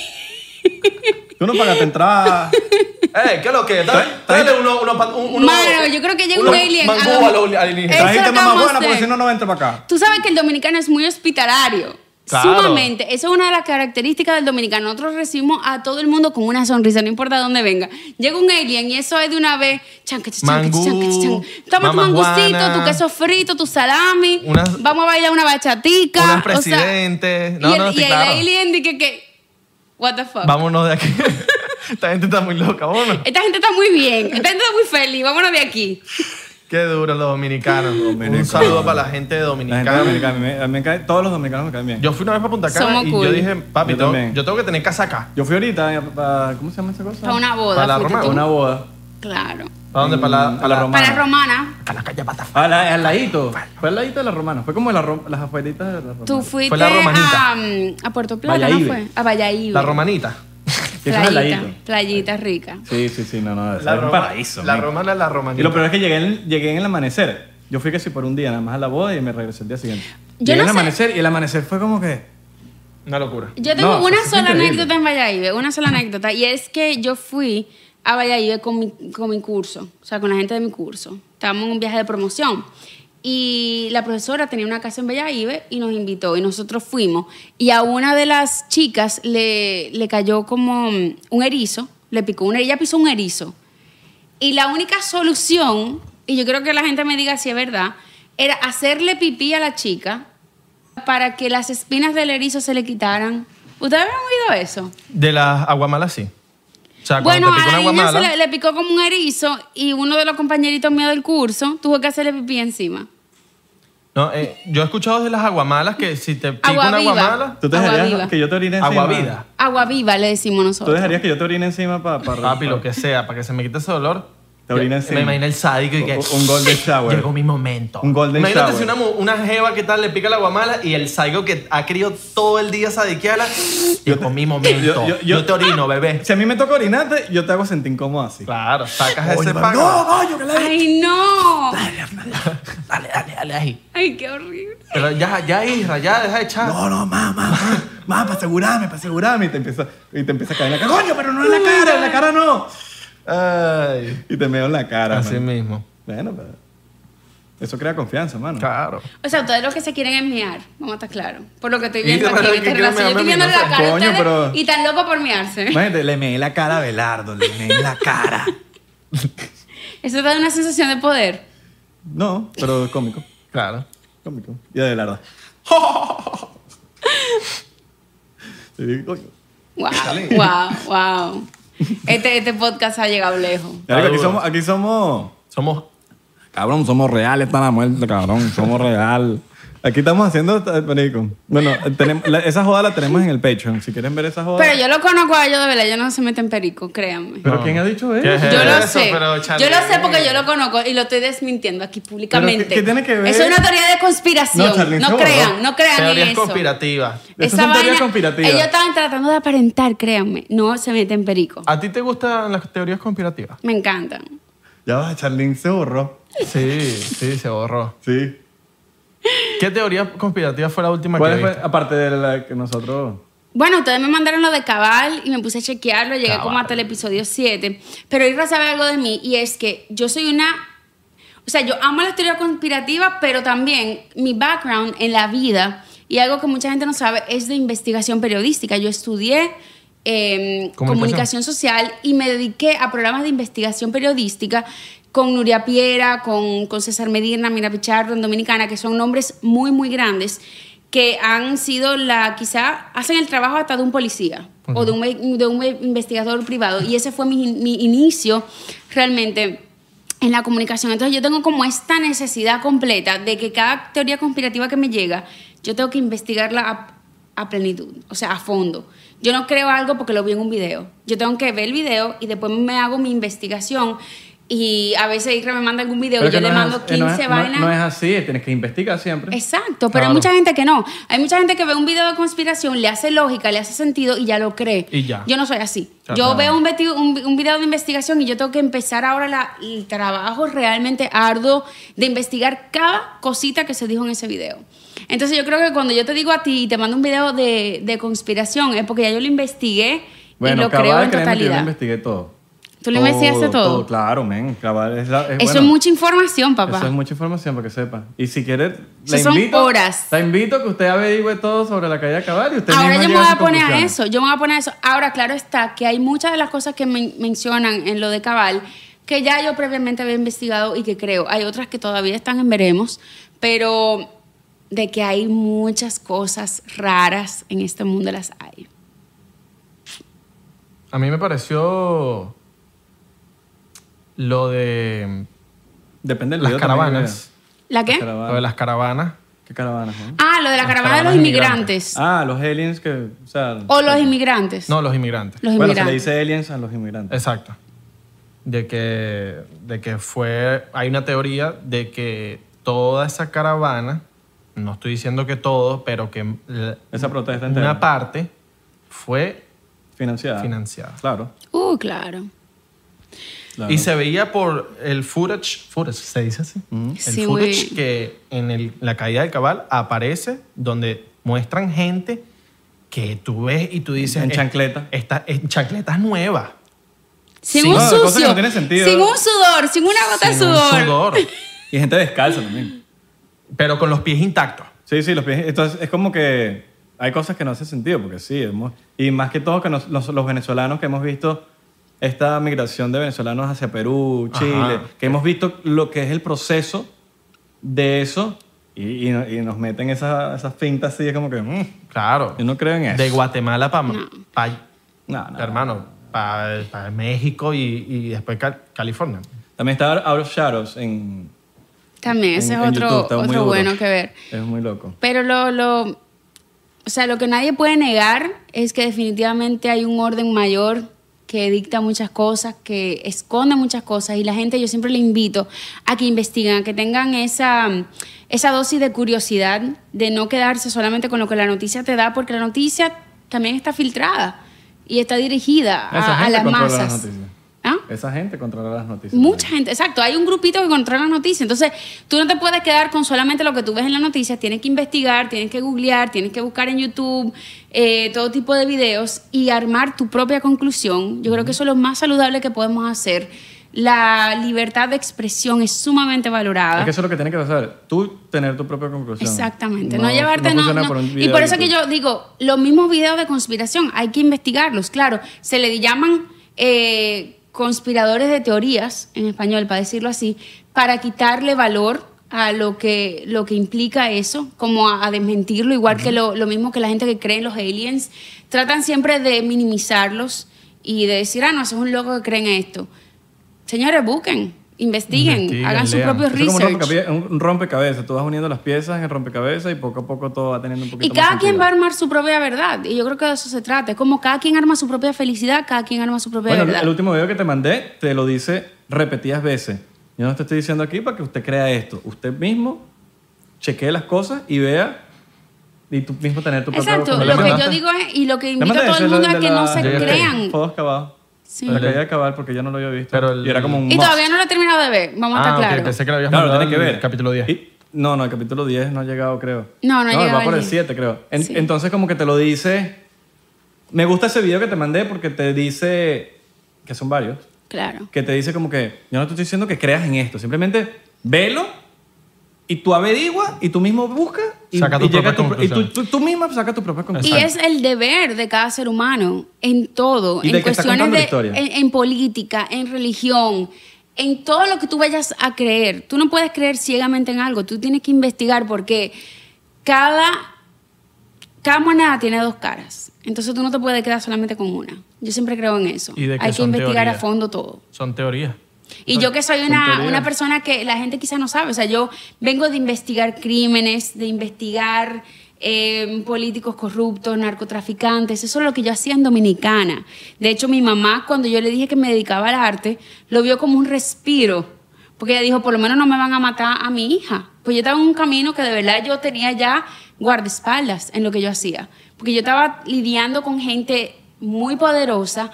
A: ¿Tú no pagaste entrada?
B: ¡Eh! ¿Qué es lo que? Dale uno, uno, pa- un- uno-
C: Mano, yo creo que llega un
B: uno-
C: alien.
B: mangú
C: a lo-
B: a los alienígenas.
C: Eso
A: Trajiste mamá
C: acabamos
A: buena
C: de-
A: porque si no, no entra para acá.
C: Tú sabes que el dominicano es muy hospitalario.
B: Claro.
C: Sumamente. Esa es una de las características del dominicano. Nosotros recibimos a todo el mundo con una sonrisa, no importa de dónde venga. Llega un alien y eso es de una vez. Chanque, chanque,
B: Mangú,
C: chanque, chanque. Toma tu
B: mamá
C: mangucito,
B: Juana.
C: tu queso frito, tu salami.
B: Unas-
C: Vamos a bailar una bachatica.
B: Unas
C: o sea,
B: presidentes. No,
C: y el,
B: no, sí,
C: y el
B: claro.
C: alien dice que, que. What the fuck.
B: Vámonos de aquí. Esta gente está muy loca, vámonos.
C: Esta gente está muy bien. Esta gente está muy feliz. Vámonos de aquí.
B: Qué duro los dominicanos. Un
A: Dominicanos.
B: saludo para la gente de
A: La gente
B: Dominicana.
A: dominicana, a mí me- a mí me cae- todos los dominicanos me caen bien.
B: Yo fui una vez para Punta Cana
C: Somos
B: y
C: cool.
B: yo dije, papi,
A: Yo
B: tengo- yo,
A: también.
B: tengo que tener casaca.
A: Yo fui ahorita para, ¿cómo se llama esa cosa?
C: Para una boda.
B: Para la
C: fuiste
B: Romana.
A: Para
C: tú.
A: una boda.
C: Claro.
B: ¿Para dónde? Para Mm, la,
A: A la Romana.
C: Para Romana.
B: Para la calle Patafá.
A: Al, al ladito. Fue al ladito de la romana. Fue como la ro- las afueritas de la romana.
C: Tú fuiste
B: Fue la Romanita.
C: a, um, a Puerto Plata,
A: Valladolid.
C: ¿no fue? A Valladolid.
B: La romanita.
A: Que eso es al
C: Playita,
A: ladito.
C: playita rica.
A: Sí, sí, sí, no, no. eso es un
B: Roma-
A: paraíso.
B: La
A: man.
B: romana, la romanita.
A: Y lo peor es que llegué en, llegué en el amanecer. Yo fui casi por un día nada más a la boda y me regresé el día siguiente. llegué
C: Yo no
A: en el
C: sé-
A: amanecer y el amanecer fue como que.
B: Una locura.
C: Yo tengo
A: No,
C: una
A: eso es
C: sola
A: increíble.
C: anécdota en Valladolid, una sola anécdota, y es que yo fui a Valladolid con mi, con mi curso, o sea, con la gente de mi curso. Estábamos en un viaje de promoción. Y la profesora tenía una casa en Valladolid y nos invitó y nosotros fuimos. Y a una de las chicas le, le cayó como mm, un erizo, le picó un erizo, ella pisó un erizo. Y la única solución, y yo creo que la gente me diga si es verdad, era hacerle pipí a la chica para que las espinas del erizo se le quitaran. ¿Ustedes habían oído eso?
B: De las aguamalas, sí. O sea,
C: Bueno,
B: cuando te
C: a
B: pica
C: la
B: una
C: niña se
B: aguamala,
C: le, le picó como un erizo y uno de los compañeritos míos del curso tuvo que hacerle pipí encima.
B: No, eh, yo he escuchado de las aguamalas que si te pica
C: Agua
B: una
C: viva.
B: aguamala,
A: ¿Tú te
C: Agua
A: dejarías
C: viva.
A: que yo te orine encima?
B: agua vida.
C: Agua viva le decimos
A: ¿Tú
C: nosotros.
A: dejarías que yo te orine encima para. Pa,
B: Papi, lo que sea, para que se me quite ese dolor.
A: Te orina
B: Yo-
A: encima.
B: Me imagino el sádico y que.
A: Un- un golden shower.
B: Llegó mi momento.
A: Un golden
B: Imagínate
A: shower.
B: si una, mu- una jeva que tal le pica la guamala y el sádico que ha querido todo el día sadiquearla. Llegó mi momento. Yo,
A: yo- yo-
B: te orino, bebé.
A: Si a mí me toca orinarte, yo te hago sentir incómodo así.
B: Claro, sacas ese
A: Oye,
B: pago.
A: no, coño, que la-
C: ¡Ay, no!
B: Dale, dale, dale ahí.
C: ¡Ay, qué horrible!
B: Pero ya, ya, Isra, ya, deja de echar.
A: No, no, mamá, mamá, mamá, para asegurarme, para asegurarme. Y te empieza, y te empieza a caer en la cara. ¡Coño, pero no en la cara, en la cara no!
B: Ay.
A: Y te meo en la cara.
B: Así
A: man.
B: mismo.
A: Bueno, pero. Eso crea confianza, mano.
B: Claro.
C: O sea, ustedes los que se quieren enmiar, vamos a estar claros. Por lo que estoy
B: Y
C: viendo
B: de
C: aquí en
B: verdad
C: esta
B: que quieren
C: relación. Yo estoy
B: mearme a
C: viendo
B: mí,
C: la
B: no
A: sé.
C: cara de
A: Coño,
C: ustedes
A: pero-
C: y tan loco por mearse.
A: Imagínate, le meé la cara a Belardo, le meé la cara.
C: Eso da una sensación de poder.
A: No, pero cómico.
B: Claro.
A: Cómico. Y de Belardo. Y digo, "Oye,
C: Wow, wow, wow. Este, este podcast ha llegado lejos.
A: marico, aquí
B: duro.
A: somos, aquí somos.
B: Somos.
A: Cabrón, somos reales para la muerte, cabrón. Somos real. Aquí estamos haciendo, eh, marico. Bueno, tenemos, la- esa joda la tenemos en el Patreon. Si quieren ver esa joda.
C: Pero yo lo conozco a ellos de verdad, ellos no se meten perico, créanme.
A: ¿Pero quién ha dicho eso?
B: ¿Qué es
C: Yo lo
B: Eso,
C: sé.
B: pero,
C: yo
B: chale.
C: lo sé porque yo lo conozco y lo estoy desmintiendo aquí públicamente.
A: ¿qué tiene que ver?
C: Eso es una teoría de conspiración.
A: No,
C: No,
A: Charlene, se
C: crean,
A: borró.
C: no crean
B: Teorías
C: en eso.
B: conspirativas.
A: Esas
C: Esa
A: son teorías
C: vaina,
A: conspirativas.
C: Ellos estaban tratando de aparentar, créanme. No se meten perico.
B: ¿A ti te gustan las teorías conspirativas?
C: Me encantan.
A: Ya va, Charlene se borró.
B: Sí, sí, se borró.
A: Sí.
B: ¿Qué teoría conspirativa fue la última que
A: ¿Cuál fue,
B: viste?
A: aparte de la que nosotros...
C: Bueno, ustedes me mandaron lo de Cabal y me puse a chequearlo, llegué como
B: Cabal.
C: hasta el episodio 7. Pero Irra sabe algo de mí y es que yo soy una... O sea, yo amo las teorías conspirativas, pero también mi background en la vida y algo que mucha gente no sabe es de investigación periodística. Yo estudié eh,
B: Comunicación.
C: comunicación social y me dediqué a programas de investigación periodística con Nuria Piera, con, con César Medina, Mira Pichardo en Dominicana, que son nombres muy, muy grandes que han sido la, quizá, hacen el trabajo hasta de un policía o de un, ve- de un ve- investigador privado. Y ese fue mi, mi inicio realmente en la comunicación. Entonces yo tengo como esta necesidad completa de que cada teoría conspirativa que me llega, yo tengo que investigarla a, a plenitud, o sea, a fondo. Yo no creo algo porque lo vi en un video. Yo tengo que ver el video y después me hago mi investigación. Y a veces Isra me manda algún video
A: Pero
C: y yo
A: que no
C: le
A: es
C: mando
A: así-
C: 15
A: eh, no es- no-
C: vainas.
A: No, es así, tienes que investigar siempre.
C: Exacto, pero
B: Claro.
C: hay mucha gente que no. Hay mucha gente que ve un video de conspiración, le hace lógica, le hace sentido y ya lo cree.
B: Y ya.
C: Yo no soy así.
B: Ya, claro.
C: yo veo un, veti- un- un video de investigación y yo tengo que empezar ahora la- el trabajo realmente arduo de investigar cada cosita que se dijo en ese video. Entonces yo creo que cuando yo te digo a ti y te mando un video de, de conspiración es porque ya yo lo investigué y
A: Bueno,
C: lo creo
A: Cabal, créeme
C: en
A: que yo lo
C: totalidad.
A: investigué todo.
C: ¿Tú lo investigaste todo?
A: claro, men. Cabal es la- es-
C: Eso
A: bueno,
C: es mucha información, papá.
A: Eso es mucha información para que sepa. Y si quieres, la
C: Eso son
A: invito,
C: horas.
A: La invito a que usted averigüe todo sobre la calle Cabal y usted
C: Ahora
A: misma
C: yo me
A: llega
C: voy
A: su
C: a poner a
A: conclusión.
C: eso, yo me voy a poner a eso. Ahora, claro está que hay muchas de las cosas que men- mencionan en lo de Cabal que ya yo previamente había investigado y que creo. Hay otras que todavía están en veremos, pero de que hay muchas cosas raras en este mundo las hay.
B: A mí me pareció lo de
A: Depende del
B: las
A: video también que
B: caravanas.
C: ¿La
A: vea.
C: qué?
A: Caravanas.
B: Lo de las caravanas.
A: ¿Qué caravanas? no?
C: Ah, lo de la
B: Las
C: caravana de los
B: caravanas
C: inmigrantes.
A: Ah, los aliens que. O sea.
C: Pues-
A: eh,
C: O los inmigrantes.
B: No, los inmigrantes.
C: Los
A: bueno, se le
C: inmigrantes.
A: dice aliens a los inmigrantes.
B: Exacto. De que, de que fue. Hay una teoría de que toda esa caravana, no estoy diciendo que todos, pero que la-
A: Esa protesta entera.
B: una parte fue
A: Financiada.
B: financiada.
A: Claro.
C: Uh, claro.
A: claro.
B: Y se veía por el footage, footage se dice así, el
C: Sí, muy
B: footage
C: bien.
B: que en el- la caída del cabal aparece donde muestran gente que tú ves y tú dices...
A: En
B: "Eh,
A: chancleta.
B: Esta, en chancletas nuevas.
C: Sin
B: Sí.
C: un
A: No, cosa que
C: sucio,
A: no tiene sentido.
C: sin un sudor, sin una gota
B: sin
C: de
B: un
C: sudor.
B: sudor,
A: Y gente descalza también.
B: pero con los pies intactos.
A: Sí, sí, los pies. Entonces es como que hay cosas que no hacen sentido, porque sí, hemos- y más que todo que nos- los, los venezolanos que hemos visto esta migración de venezolanos hacia Perú,
B: Ajá.
A: Chile, que hemos visto lo que es el proceso de eso y, y no- y nos meten esas esas fintas así, es como que... mm,
B: Claro.
A: yo no creo en eso.
B: De Guatemala para...
A: No, no.
B: Hermano, para México y, y después Cal- California.
A: También está Out of Shadows en...
C: También, ese
A: en-
C: es
A: en
C: otro,
A: YouTube, está muy
C: otro
A: duro.
C: bueno que ver.
A: Es muy loco.
C: Pero lo, lo, o sea, lo que nadie puede negar es que definitivamente hay un orden mayor que dicta muchas cosas, que esconde muchas cosas y la gente yo siempre le invito a que investiguen, a que tengan esa, esa dosis de curiosidad, de no quedarse solamente con lo que la noticia te da, porque la noticia también está filtrada y está dirigida
A: Esa
C: a, a
A: gente
C: las
A: controla las
C: masas.
A: noticias.
C: ¿Ah?
A: Esa gente controla las noticias.
C: Mucha gente, exacto. Hay un grupito que controla las noticias. Entonces, tú no te puedes quedar con solamente lo que tú ves en las noticias. Tienes que investigar, tienes que googlear, tienes que buscar en YouTube eh, todo tipo de videos y armar tu propia conclusión. Yo creo que eso es lo más saludable que podemos hacer. La libertad de expresión es sumamente valorada.
A: Es que eso es lo que tienes que pasar. Tú tener tu propia conclusión.
C: Exactamente, no, llevarte no,
A: funciona
C: no.
A: por un
C: y
A: video
C: por
A: de
C: eso que
A: YouTube.
C: yo digo, los mismos videos de conspiración hay que investigarlos, claro, se le llaman eh, conspiradores de teorías en español, para decirlo así, para quitarle valor a lo que lo que implica eso, como a, a desmentirlo, igual que lo, lo mismo que la gente que cree en los aliens, tratan siempre de minimizarlos y de decir, ah, no, eso es un loco que cree en esto. Señores, busquen, investiguen,
B: Investiguen,
C: hagan sus
B: lean.
C: propios
A: Ah. Eso es como un
C: research.
A: rompecabe- un rompecabezas. Tú vas uniendo las piezas en el rompecabezas y poco a poco todo va teniendo un poquito
C: Y
A: más
C: cada quien
A: sentido.
C: va a armar su propia verdad. Y yo creo que de eso se trata. Es como cada quien arma su propia felicidad, cada quien arma su propia
A: Bueno, el-
C: verdad.
A: el último video que te mandé te lo dice repetidas veces. Yo no te estoy diciendo aquí para que usted crea esto. Usted mismo chequee las cosas y vea y tú mismo tener tu propia
C: Exacto.
A: conclusión.
B: ¿Le
C: Lo que yo
B: mandaste?
C: digo es, y lo que
A: Te
C: invito
A: mandé
C: a todo
A: ese,
C: el mundo
A: de
C: es que
A: la-
C: no se
A: de la-
C: crean.
A: Fotos acabadas.
C: Sí.
A: De La caída de cabal porque yo no lo había visto.
B: Pero el-
A: y era como un
C: Y
A: must.
C: todavía no lo he terminado de ver, vamos a
B: Ah,
C: estar
B: ok,
C: claros.
B: pensé que lo habías
A: Claro,
B: mandado
A: tienes que
B: en el
A: ver.
B: capítulo 10.
A: Y- No, no, el capítulo 10 no ha llegado, creo.
C: No, no ha llegado
A: va por
C: al
A: el
C: 10.
A: 7, creo. En-
C: Sí.
A: Entonces, como que te lo dice. Me gusta ese video que te mandé porque te dice. Que son varios.
C: Claro.
A: Que te dice, como que. Yo no te estoy diciendo que creas en esto. Simplemente velo y tú averigua y tú mismo buscas. Y,
B: Saca tu
A: y llega
B: propia
A: pro- y tú,
B: conclusión.
A: tú- tú misma sacas tu propia
C: Y
A: conclusión.
C: es el deber de cada ser humano en todo,
A: Y
C: en
A: de que está
C: cuestiones
A: contando la
C: de,
A: historia.
C: en, en política, en religión, en todo lo que tú vayas a creer. Tú no puedes creer ciegamente en algo, tú tienes que investigar porque cada, cada moneda tiene dos caras. Entonces tú no te puedes quedar solamente con una. Yo siempre creo en eso.
B: Y de que
C: Hay que
B: son
C: investigar a
B: teorías.
C: fondo todo.
B: Son teorías.
C: Y yo que soy
B: Son
C: una,
B: teorías.
C: una persona que la gente quizá no sabe, o sea, yo vengo de investigar crímenes, de investigar eh, políticos corruptos, narcotraficantes, eso es lo que yo hacía en Dominicana. De hecho, mi mamá, cuando yo le dije que me dedicaba al arte, lo vio como un respiro, porque ella dijo, por lo menos no me van a matar a mi hija. Pues yo estaba en un camino que de verdad yo tenía ya guardaespaldas en lo que yo hacía, porque yo estaba lidiando con gente muy poderosa,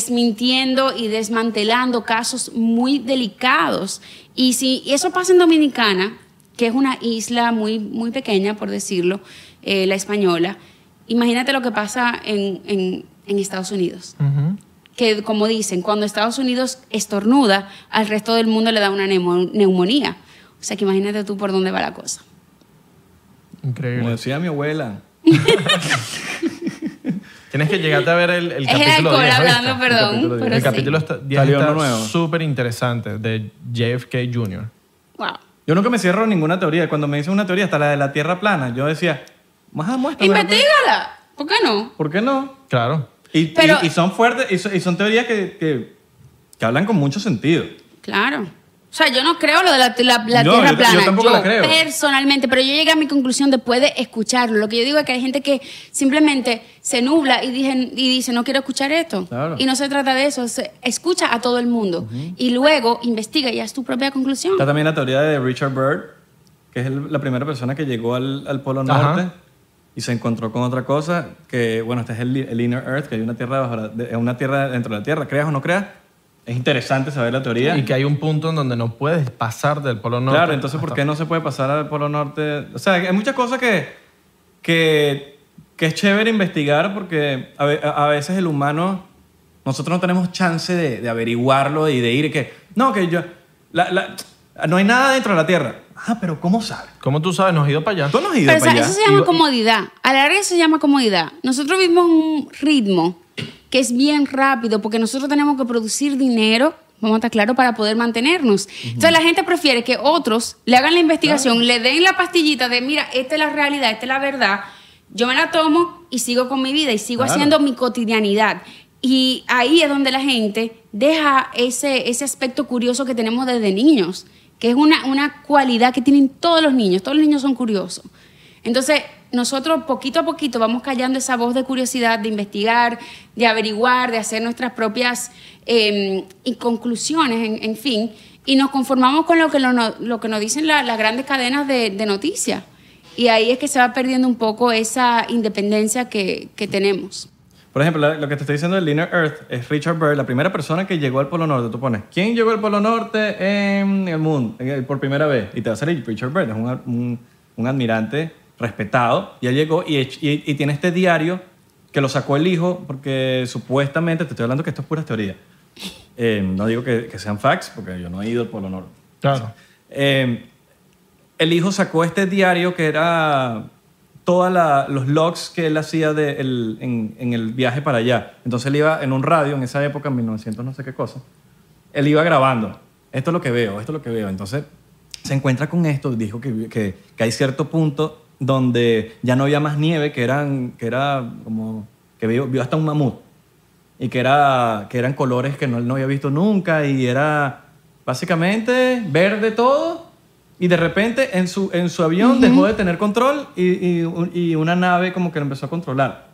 C: desmintiendo y desmantelando casos muy delicados. Y si eso pasa en Dominicana, que es una isla muy, muy pequeña, por decirlo, eh, la española, imagínate lo que pasa en, en- en Estados Unidos.
B: Mm.
C: Que, como dicen, cuando Estados Unidos estornuda, al resto del mundo le da una nemo- neumonía. O sea, que imagínate tú por dónde va la cosa.
A: Como
B: Increíble.
A: decía mi abuela.
B: Tienes que llegarte a ver el, el
C: Es el
B: capítulo
C: alcohol
B: 10, ¿oíste?
C: hablando, perdón.
A: capítulo diez.
C: pero
B: El
C: sí.
B: capítulo está, 10
A: Salió uno
B: está
A: nuevo.
B: súper interesante de JFK Jr.
C: Wow.
A: Yo nunca me cierro ninguna teoría. Cuando me dicen una teoría, hasta la de la Tierra plana, yo decía, más muéstrame.
C: Investígala. ¿Por qué no?
A: ¿Por qué no?
B: Claro.
A: Y,
C: Pero-
A: y- y son fuertes, y son, y son teorías que, que, que hablan con mucho sentido.
C: Claro. O sea, yo no creo lo de la, la- la
A: No,
C: tierra
A: yo- yo
C: plana.
A: tampoco la creo.
C: Personalmente, pero yo llegué a mi conclusión después de escucharlo. Lo que yo digo es que hay gente que simplemente se nubla y, dije- y dice, no quiero escuchar esto.
A: Claro.
C: Y no se trata de eso. se- escucha a todo el mundo y luego investiga y haz tu propia conclusión.
A: Está también la teoría de Richard Byrd, que es el- la primera persona que llegó al, al Polo
B: Ajá.
A: Norte y se encontró con otra cosa, que bueno, este es el, el Inner Earth, que hay una tierra, bajo la- de- una tierra dentro de la Tierra, creas o no creas. Es interesante saber la teoría.
B: Y que hay un punto en donde no puedes pasar del Polo Norte.
A: Claro, entonces, ¿por
B: pues, hasta-
A: qué no se puede pasar al Polo Norte? O sea, hay muchas cosas que, que, que es chévere investigar porque a, ve- a- a veces el humano, nosotros no tenemos chance de, de averiguarlo y de ir y que, no, que yo, la- la- no hay nada dentro de la Tierra. Ah, pero ¿cómo sabes?
B: ¿Cómo tú sabes? No has ido para allá.
A: Tú no has ido
C: Pero, o
A: para
C: sea,
A: allá.
C: eso se llama
A: Y-
C: comodidad. A la larga eso se llama comodidad. Nosotros vivimos en un ritmo que es bien rápido porque nosotros tenemos que producir dinero, vamos a estar claros, para poder mantenernos. Entonces la gente prefiere que otros le hagan la investigación, le den la pastillita de, mira, esta es la realidad, esta es la verdad, yo me la tomo y sigo con mi vida y sigo
A: Claro.
C: haciendo mi cotidianidad. Y ahí es donde la gente deja ese, ese aspecto curioso que tenemos desde niños, que es una, una cualidad que tienen todos los niños. Todos los niños son curiosos. Entonces, nosotros poquito a poquito vamos callando esa voz de curiosidad, de investigar, de averiguar, de hacer nuestras propias eh, y conclusiones, en, en fin, y nos conformamos con lo que, lo no- lo que nos dicen la- las grandes cadenas de, de noticias. Y ahí es que se va perdiendo un poco esa independencia que, que tenemos.
A: Por ejemplo, la- lo que te estoy diciendo del Inner Earth es Richard Byrd, la primera persona que llegó al Polo Norte. Tú pones, ¿quién llegó al Polo Norte en el mundo en el- por primera vez? Y te va a salir Richard Byrd, es un, ad- un- un admirante respetado. Y él llegó y, ech- y- y tiene este diario que lo sacó el hijo porque supuestamente, te estoy hablando que esto es pura teoría. Eh, no digo que, que sean facts porque yo no he ido al Polo Norte.
B: Claro.
A: Eh, el hijo sacó este diario que era todos los logs que él hacía de el- en, en el viaje para allá. Entonces él iba en un radio, en esa época, en 1900 no sé qué cosa, él iba grabando. Esto es lo que veo, esto es lo que veo. Entonces se encuentra con esto, dijo que, que- que hay cierto punto donde ya no había más nieve, que, eran, que era como que vio, vio hasta un mamut y que, era, que eran colores que no, él no había visto nunca y era básicamente verde todo y de repente en su, en su avión dejó de tener control y, y un- y una nave como que lo empezó a controlar,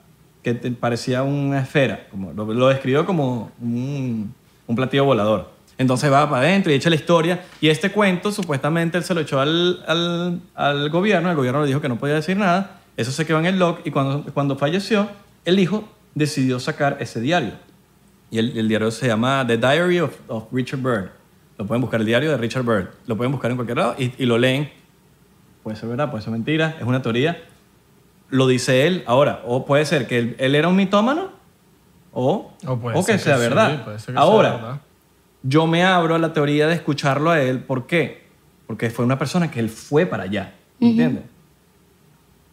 A: que te- parecía una esfera, como, lo, lo describió como un, un platillo volador. Entonces va para adentro y echa la historia y este cuento supuestamente él se lo echó al, al, al gobierno, el gobierno le dijo que no podía decir nada, eso se quedó en el log y cuando, cuando falleció el hijo decidió sacar ese diario. Y el, el diario se llama The Diary of, of Richard Byrd. Lo pueden buscar, el diario de Richard Byrd. Lo pueden buscar en cualquier lado y, y lo leen. Puede ser verdad, puede ser mentira, es una teoría. Lo dice él ahora. O puede ser que él, él era un mitómano o,
B: O puede
A: que
B: ser
A: sea
B: que sí,
A: verdad.
B: puede ser que sea
A: ahora,
B: verdad.
A: yo me abro a la teoría de escucharlo a él. ¿Por qué? Porque fue una persona que él fue para allá. ¿Entiendes?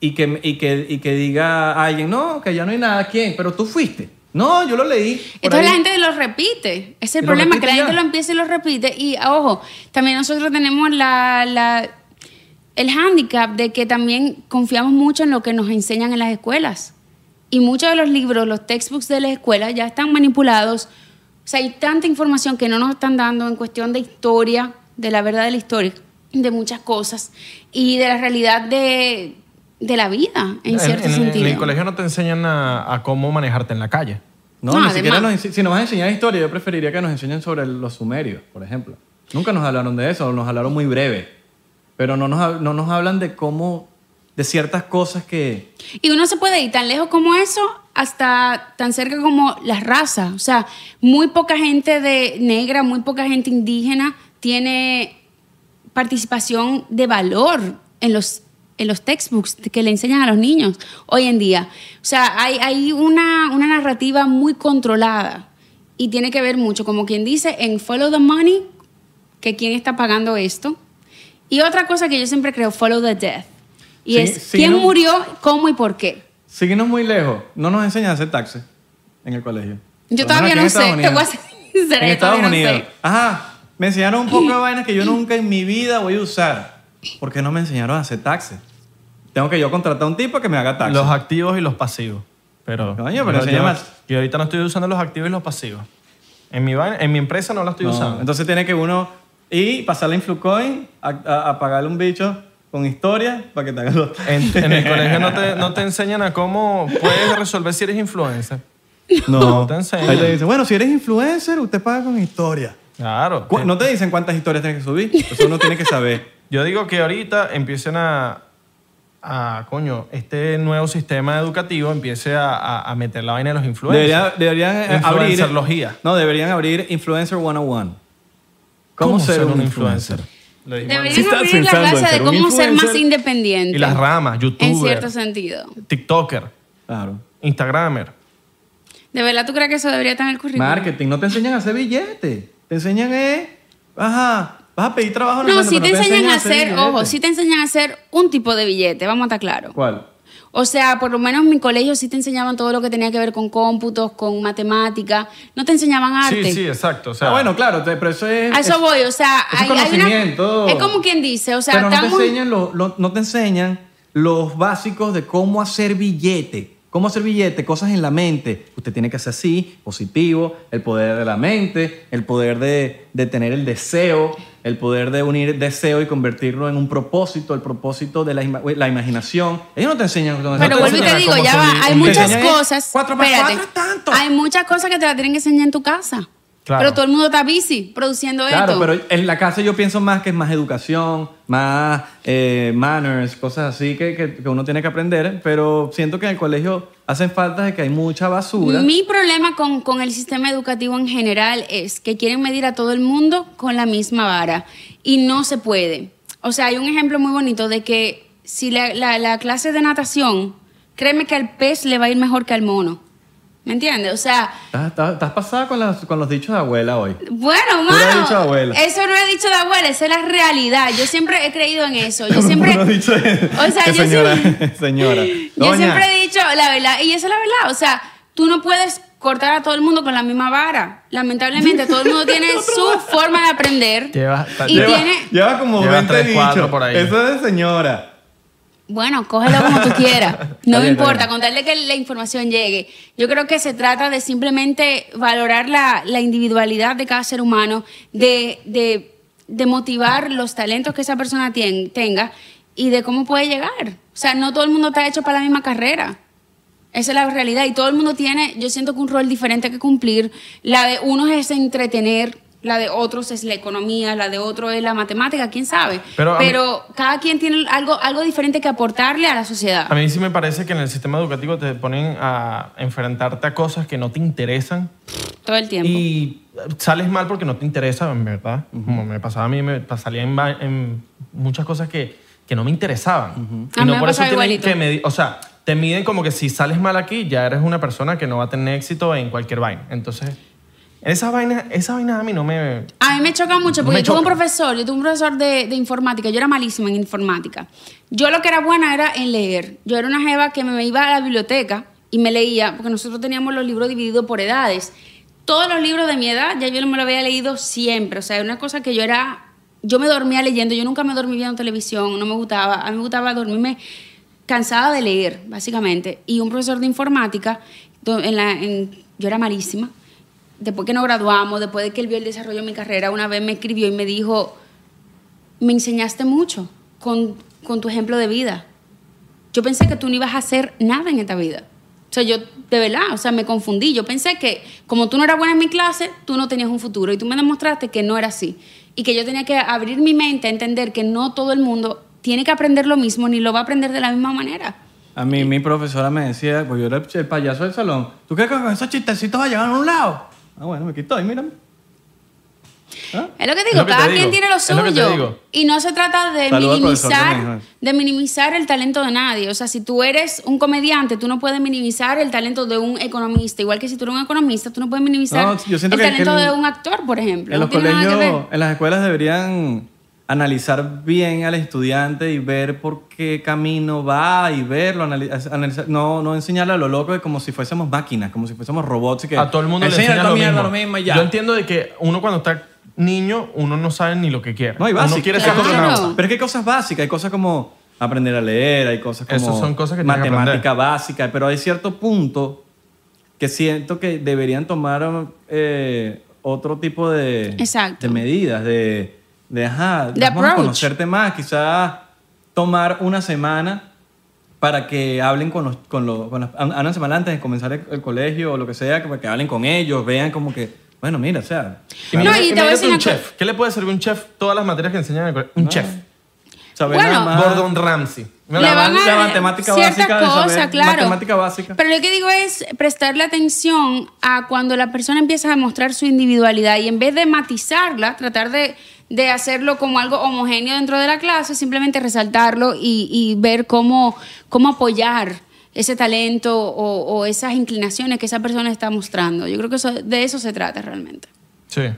A: y que, y, que, y que diga a alguien, no, que ya no hay nada, ¿quién? Pero tú fuiste. No, yo lo leí. por
C: Entonces la
A: ahí".
C: gente lo repite. Ese es el
A: Y lo
C: problema, que
A: repite
C: la gente
A: ya.
C: lo empieza y lo repite. Y ojo, también nosotros tenemos la, la- el hándicap de que también confiamos mucho en lo que nos enseñan en las escuelas. Y muchos de los libros, los textbooks de las escuelas ya están manipulados. O sea, hay tanta información que no nos están dando en cuestión de historia, de la verdad de la historia, de muchas cosas y de la realidad de, de la vida, en, cierto
B: en-
C: sentido.
B: En el colegio no te enseñan a, a cómo manejarte en la calle.
A: No,
C: No,
A: ni
C: además-
A: siquiera nos, ense- si nos vas a enseñar historia, yo preferiría que nos enseñen sobre los sumerios, por ejemplo. Nunca nos hablaron de eso, o nos hablaron muy breve. Pero no nos, hab- no nos hablan de cómo, de ciertas cosas que...
C: Y uno se puede ir tan lejos como eso hasta tan cerca como las razas. O sea, muy poca gente de negra, muy poca gente indígena tiene participación de valor en los, en los textbooks que le enseñan a los niños hoy en día. O sea, hay, hay una, una narrativa muy controlada y tiene que ver mucho, como quien dice, en Follow the Money, que quién está pagando esto. Y otra cosa que yo siempre creo, Follow the Death. Y
A: Sí,
C: es
A: sí,
C: quién
A: ¿no?
C: murió, cómo y por qué.
A: Síguenos muy lejos. No nos enseñan a hacer taxes en el colegio.
C: Yo
A: Por lo menos
C: todavía
A: aquí en
C: no sé,
A: Estados
C: te voy a
A: Unidos.
C: ser sincera,
A: en
C: yo
A: Estados
C: todavía no
A: Unidos.
C: sé.
A: Ajá. Me enseñaron un poco de vainas que yo nunca en mi vida voy a usar. ¿Por qué no me enseñaron a hacer taxes? Tengo que yo contratar a un tipo que me haga taxes.
B: Los activos y los pasivos. Pero,
A: Coño, pero enseña más.
B: yo ahorita no estoy usando los activos y los pasivos. En mi, vaina- en mi empresa no la estoy
A: No,
B: usando.
A: Entonces tiene que uno ir, pasarle Influcoin, a, a- a pagarle un bicho con historia para que te hagan los
B: En, en el colegio no te, no te enseñan a cómo puedes resolver si eres influencer.
A: No,
B: No te enseñan.
A: Ahí te dicen, bueno, si eres influencer, usted paga con historia.
B: Claro.
A: Cu- No te dicen cuántas historias tienes que subir. Entonces uno tiene que saber.
B: Yo digo que ahorita empiecen a, a, coño, este nuevo sistema educativo empiece a, a- a meter la vaina de los influencers.
A: Debería- deberían eh, abrir.
B: Influencerología.
A: No, deberían abrir Influencer 101.
B: ¿Cómo, ser un influencer?
C: Deberían
A: Si estás
C: abrir la
A: pensando en
C: clase de
A: ser un
C: cómo ser más
A: influencer-
B: Y
C: independiente.
B: las ramas,
C: En
B: youtuber,
C: cierto sentido.
B: tiktoker,
A: Claro.
B: instagramer.
C: ¿De verdad tú crees que eso debería estar en el currículum?
A: Marketing. No te enseñan a hacer billetes. Te enseñan eh, Ajá. Vas a pedir trabajo. en la
C: No,
A: mano,
C: sí
A: pero
C: te enseñan a hacer,
A: billetes.
C: ojo, sí te enseñan a hacer un tipo de billete, vamos a estar claros.
A: ¿Cuál?
C: O sea, por lo menos en mi colegio sí te enseñaban todo lo que tenía que ver con cómputos, con matemática. No te enseñaban arte.
B: Sí, sí, exacto. O sea,
A: Ah, bueno, claro, te- pero eso es.
C: A eso
A: es-
C: voy, o sea,
A: Ese
C: hay, hay una-
A: conocimiento.
C: es como quien dice, o sea,
A: pero no te,
C: estamos-
A: enseñan lo- lo- no te enseñan los básicos de cómo hacer billete. Cómo hacer billete, cosas en la mente. Usted tiene que hacer así, positivo, el poder de la mente, el poder de, de tener el deseo, el poder de unir deseo y convertirlo en un propósito, el propósito de la, ima- la imaginación. Ellos no te enseñan. no
C: Pero
A: te
C: vuelvo y te
A: enseñan
C: digo,
A: cómo
C: ya
A: hacer
C: va,
A: billete.
C: hay
A: Te
C: muchas
A: enseñan, eh,
C: cosas.
A: Cuatro más
C: espérate,
A: cuatro es tanto.
C: Hay muchas cosas que te la tienen que enseñar en tu casa.
B: Claro.
C: Pero todo el mundo está busy produciendo
A: Claro,
C: esto.
A: pero en la casa yo pienso más que es más educación, más eh, manners, cosas así que, que- que uno tiene que aprender, pero siento que en el colegio hacen falta de que hay mucha basura.
C: Mi problema con, con el sistema educativo en general es que quieren medir a todo el mundo con la misma vara y no se puede. O sea, hay un ejemplo muy bonito de que si la, la- la clase de natación, créeme que al pez le va a ir mejor que al mono. ¿Me entiendes? O sea,
A: Estás, estás- estás pasada con, las- con los dichos de abuela hoy.
C: Bueno,
A: Tú lo has
C: mano,
A: dicho de abuela.
C: eso no he dicho de abuela, esa es la realidad. Yo siempre he creído en eso. Yo siempre,
A: Uno dice,
C: o sea,
A: que
C: yo
A: señora,
C: siempre-
A: señora.
C: yo
A: Doña.
C: siempre he dicho la verdad y esa es la verdad. O sea, tú no puedes cortar a todo el mundo con la misma vara. Lamentablemente, todo el mundo tiene su forma de aprender
B: Lleva-
C: y
B: lleva-
C: tiene,
A: Lleva como
B: Lleva
A: 20
B: tres, cuatro
A: dichos.
B: por ahí.
A: Eso es de señora.
C: Bueno, cógelo como tú quieras. No
A: Está bien,
C: me
A: está
C: importa,
A: bien.
C: con tal de que la información llegue. Yo creo que se trata de simplemente valorar la, la individualidad de cada ser humano, de, de, de motivar los talentos que esa persona tien- tenga y de cómo puede llegar. O sea, no todo el mundo está hecho para la misma carrera. Esa es la realidad. Y todo el mundo tiene, yo siento que un rol diferente que cumplir. La de unos es entretener, la de otros es la economía, la de otros es la matemática, quién sabe.
B: Pero
C: Pero,
B: a mí-
C: cada quien tiene algo, algo diferente que aportarle a la sociedad.
B: A mí sí me parece que en el sistema educativo te ponen a enfrentarte a cosas que no te interesan
C: todo el tiempo.
B: y eh, sales mal porque no te interesan, en verdad. Como me pasaba a mí, me pa- salía en, va- en muchas cosas que, que no me interesaban.
C: A
B: Y
C: mí
B: no
C: me
B: por eso
C: pasaba
B: tienen
C: igualito.
B: que medir, o sea, te miden como que si sales mal aquí ya eres una persona que no va a tener éxito en cualquier vaina. Entonces, esas vainas, esas vainas a mí no me
C: A mí me choca mucho porque
B: Me
C: yo tuve un
B: choca.
C: profesor, yo tuve un profesor de, de informática, yo era malísima en informática. Yo lo que era buena era en leer. Yo era una jeva que me iba a la biblioteca y me leía, porque nosotros teníamos los libros divididos por edades. Todos los libros de mi edad ya yo me los había leído siempre, o sea, era una cosa que yo era, yo me dormía leyendo, yo nunca me dormí viendo televisión, no me gustaba, a mí me gustaba dormirme cansada de leer, básicamente. Y un profesor de informática, do- en la- en- yo era malísima, después que nos graduamos, después de que él vio el desarrollo de mi carrera, una vez me escribió y me dijo, me enseñaste mucho con, con tu ejemplo de vida. Yo pensé que tú no ibas a hacer nada en esta vida. O sea, yo de verdad, o sea, me confundí. Yo pensé que como tú no eras buena en mi clase, tú no tenías un futuro. Y tú me demostraste que no era así. Y que yo tenía que abrir mi mente a entender que no todo el mundo tiene que aprender lo mismo ni lo va a aprender de la misma manera.
A: A mí mi profesora me decía, pues yo era el payaso del salón, ¿tú crees que con esos chistecitos va a llegar a un lado? Ah, bueno, aquí estoy, mírame. ¿Ah?
C: Es lo que
B: Es
C: digo,
B: lo que te
C: cada
B: digo.
C: quien tiene lo
B: Es lo que te digo.
C: suyo. Y no se trata de
A: Saluda al profesor
C: minimizar
A: también, ¿eh?
C: de minimizar el talento de nadie. O sea, si tú eres un comediante, tú no puedes minimizar el talento de un economista. Igual que si tú eres un economista, tú no puedes minimizar
A: No, yo
C: el
A: siento que- que
C: talento
A: el-
C: de un actor, por ejemplo.
A: En
C: No
A: los
C: tiene nada que
A: colegios,
C: ver.
A: en las escuelas deberían analizar bien al estudiante y ver por qué camino va y verlo, anali- analizar, no, no enseñarle a lo loco de como si fuésemos máquinas, como si fuésemos robots y que
B: a todo el mundo le
A: "Enséñale
B: enseña
A: esta
B: lo
A: mierda,
B: mismo.
A: y ya.
B: Yo entiendo de que uno cuando está niño uno no sabe ni lo que quiere.
A: Ah, No, hay
B: uno
A: básicas.
B: quiere
A: hay
B: ser
A: cosas-
C: Claro.
B: astronauta.
A: Pero es que hay cosas básicas, hay cosas como aprender a leer, hay cosas como
B: Esas son cosas que tienes que
A: matemática básica, pero hay cierto punto que siento que deberían tomar eh, otro tipo de,
C: Exacto.
A: de medidas, de, de, ajá,
C: De
A: vamos a
C: approach.
A: conocerte más, quizás tomar una semana para que hablen con los, con los, con las- a- a una semana antes de comenzar el, el colegio o lo que sea, que, que hablen con ellos, vean como que, bueno, mira, o sea,
C: No,
B: mira-
C: y te voy a
B: mírate
C: decir
B: un
C: una cosa.
B: chef. ¿Qué le puede servir un chef todas las materias que enseñan en el colegio? Un chef.
A: saber
C: Bueno.
A: nada más.
B: Gordon Ramsay.
A: La
C: Le
A: ma-
C: van a
A: la
C: dar
A: matemática
C: ciertas
A: básica de saber
C: cosas, claro.
A: matemática básica.
C: Pero lo que digo es prestarle atención a cuando la persona empieza a demostrar su individualidad y en vez de matizarla, tratar de, de hacerlo como algo homogéneo dentro de la clase, simplemente resaltarlo y, y ver cómo, cómo apoyar ese talento o, o esas inclinaciones que esa persona está mostrando. Yo creo que eso- de eso se trata realmente.
B: Sí.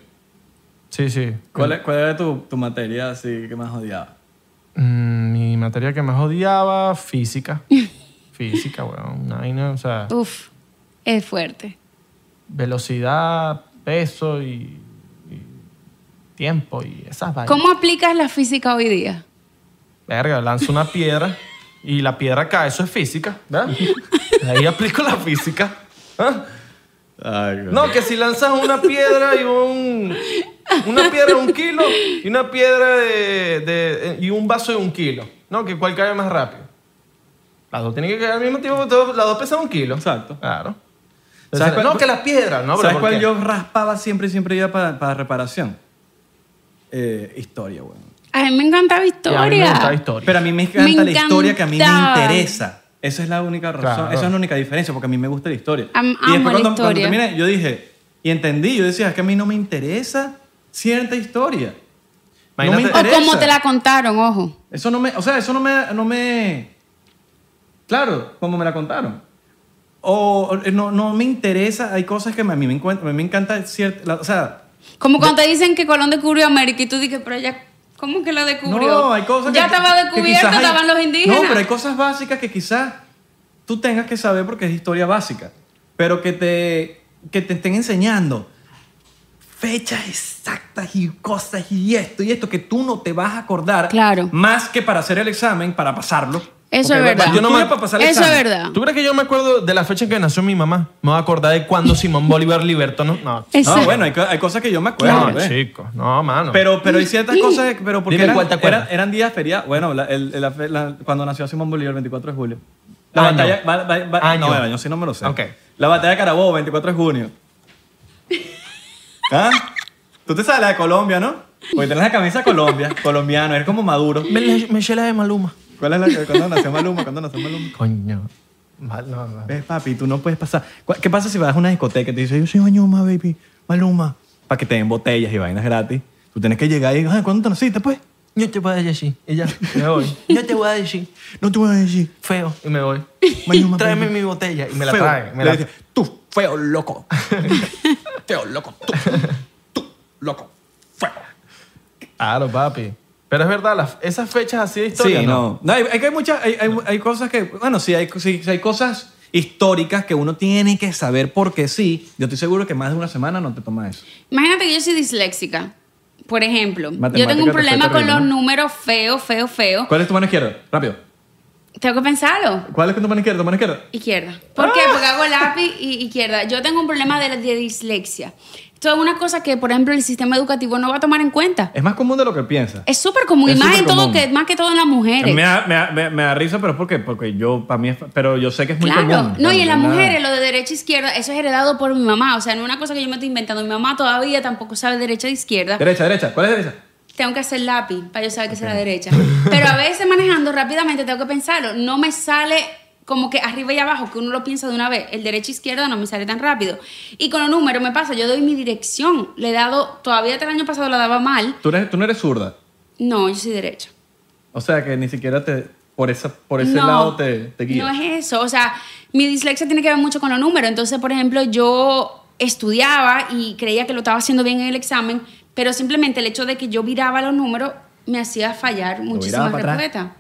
B: Sí, sí.
A: ¿Cuál, es- cuál era tu, tu materia así que más odiaba?
B: Mm, mi materia que más odiaba, física. física, weón. Una vaina, o sea,
C: Uf, es fuerte.
B: velocidad, peso y, y tiempo y esas vainas.
C: ¿Cómo aplicas la física hoy día?
B: Verga, lanzo una piedra y la piedra cae. Eso es física, ¿verdad? Ahí aplico la física. ¿Ah? No, que si lanzas una piedra y un. Una piedra de un kilo y una piedra de, de- y un vaso de un kilo. No, que cuál cae más rápido. Las dos tienen que caer al mismo tiempo, todo- las dos pesan un kilo.
A: Exacto.
B: Claro.
A: ¿Sabes cuál-
B: no, que las piedras, no, pero
A: ¿Sabes
B: ¿por
A: cuál
B: qué?
A: yo raspaba siempre y siempre iba para reparación? Eh, historia, weón.
C: A mí me encantaba
B: Y a mí me gustaba historia.
A: Pero a mí me encanta la historia que a mí me
C: encantaba.
A: interesa. Esa es la única razón,
B: Claro.
A: esa es la única diferencia, porque a mí me gusta la historia.
C: Am-
A: y
C: amo
A: después
C: la
A: cuando, cuando
C: historia.
A: terminé, yo dije, y entendí, yo decía, es que a mí no me interesa cierta historia. No me
B: Imagínate-
C: O
A: interesa.
C: como te la contaron, ojo.
A: Eso no me, o sea, eso no me, no me, claro, como me la contaron. O o, eh, no, no me interesa, hay cosas que me- a mí me, encuent- me encanta, cierta, la- o sea,
C: Como cuando te dicen que Colón descubrió América y tú dices, pero ya, ¿cómo que lo descubrió?
A: no, hay cosas
C: Ya
A: que
C: estaba
A: que
C: descubierto,
A: quizás hay-
C: estaban los indígenas.
A: No, pero hay cosas básicas que quizás tú tengas que saber porque es historia básica, pero que te, que te estén enseñando fechas exactas y cosas y esto y esto que tú no te vas a acordar
C: Claro.
A: más que para hacer el examen, para pasarlo.
C: Eso
A: Porque,
C: es verdad.
A: Yo no me
B: Cultura
A: para pasar el
C: Eso es
A: examen.
C: verdad.
B: ¿Tú crees que yo me acuerdo de la fecha en que nació mi mamá? Me voy a acordar de cuando Simón Bolívar libertó, ¿no?
C: Ah,
B: No,
A: No,
C: Exacto.
A: Ah, bueno, hay, co- hay cosas que yo me acuerdo. pues.
B: no
A: ¿ves?
B: Ah, chico. No, mano.
A: Pero, pero hay ciertas cosas, que- pero porque
B: Dime
A: eran,
B: cuál te acuerdas.
A: eran- eran días feriados. Bueno, la- el- la fe- la- cuando nació Simón Bolívar, el 24 de julio. La
B: Año.
A: batalla... va- va- va-
B: Año.
A: No, el año sí no me lo sé.
B: Ah, Ok.
A: La batalla de Carabobo, 24 de junio. ¿Ah? Tú te sabes la de Colombia, ¿no? Porque tenés la camisa de Colombia, colombiano, eres como Maduro.
B: Me, me eché la de Maluma.
A: ¿Cuál es la que cuando nació Maluma? ¿Cuándo nació Maluma?
B: Coño. Mal- no, no.
A: Ves, papi, tú no puedes pasar. ¿Cu- ¿Qué pasa si vas a una discoteca y te dicen, yo soy Maluma, baby, Maluma? Para que te den botellas y vainas gratis. Tú tienes que llegar y, "Ay, "Ah, ¿cuándo te naciste, pues?
B: No te voy a decir. Y ya, me voy. No te voy a decir.
A: No te voy a decir.
B: Feo. Y me voy.
A: Mañana-
B: Tráeme mi botella. Y me la
A: Feo.
B: traen. Me
A: Le
B: la-
A: dice, tú, feo loco. feo loco, tú. Tú, loco. Feo.
B: Claro, papi. Pero es verdad, las- esas fechas así de historia,
A: sí,
B: ¿no?
A: no. No, hay, hay que- hay muchas, hay, hay- hay cosas que, bueno, sí hay, sí, sí hay cosas históricas que uno tiene que saber porque sí. Yo estoy seguro que más de una semana no te toma eso.
C: Imagínate que yo soy disléxica. Por ejemplo, yo
A: Matemática
C: tengo un
A: te fue
C: problema con
A: terrible,
C: los
A: ¿no?
C: números feos, feos, feos.
A: ¿Cuál es tu mano izquierda? Rápido.
C: Tengo que pensarlo.
A: ¿Cuál es tu mano izquierda? ¿Tu mano izquierda?
C: Izquierda. ¿Por qué?
A: Ah.
C: Porque hago lápiz y izquierda. Yo tengo un problema de, de dislexia. Esto es una cosa que, por ejemplo, el sistema educativo no va a tomar en cuenta.
A: Es más común de lo que piensas.
C: Es súper común, y
A: Es
C: más, en
A: súper
C: todo
A: común.
C: que, más que todo en las mujeres.
A: Me da, me, da- me- me da risa, pero es porque, porque yo, para mí, es, pero yo sé que es muy
C: Claro,
A: común.
C: no, y en las
A: Nada.
C: mujeres, lo de derecha e izquierda, eso es heredado por mi mamá. O sea, no es una cosa que yo me estoy inventando. Mi mamá todavía tampoco sabe derecha e izquierda.
A: Derecha, derecha. ¿Cuál es derecha?
C: Tengo que hacer lápiz para yo saber que es la derecha. Pero a veces manejando rápidamente tengo que pensarlo. No me sale como que arriba y abajo, que uno lo piensa de una vez. El derecha e izquierda no me sale tan rápido. Y con los números me pasa, yo doy mi dirección. Le he dado, todavía hasta el año pasado la daba mal.
A: Tú, eres- tú no eres zurda.
C: No, yo soy derecha.
A: O sea, que ni siquiera te, por, esa, por ese
C: No,
A: lado te, te guías.
C: No es eso. O sea, mi dislexia tiene que ver mucho con los números. Entonces, por ejemplo, yo estudiaba y creía que lo estaba haciendo bien en el examen, pero simplemente el hecho de que yo viraba los números me hacía fallar muchísimas
A: para atrás.
C: respuestas.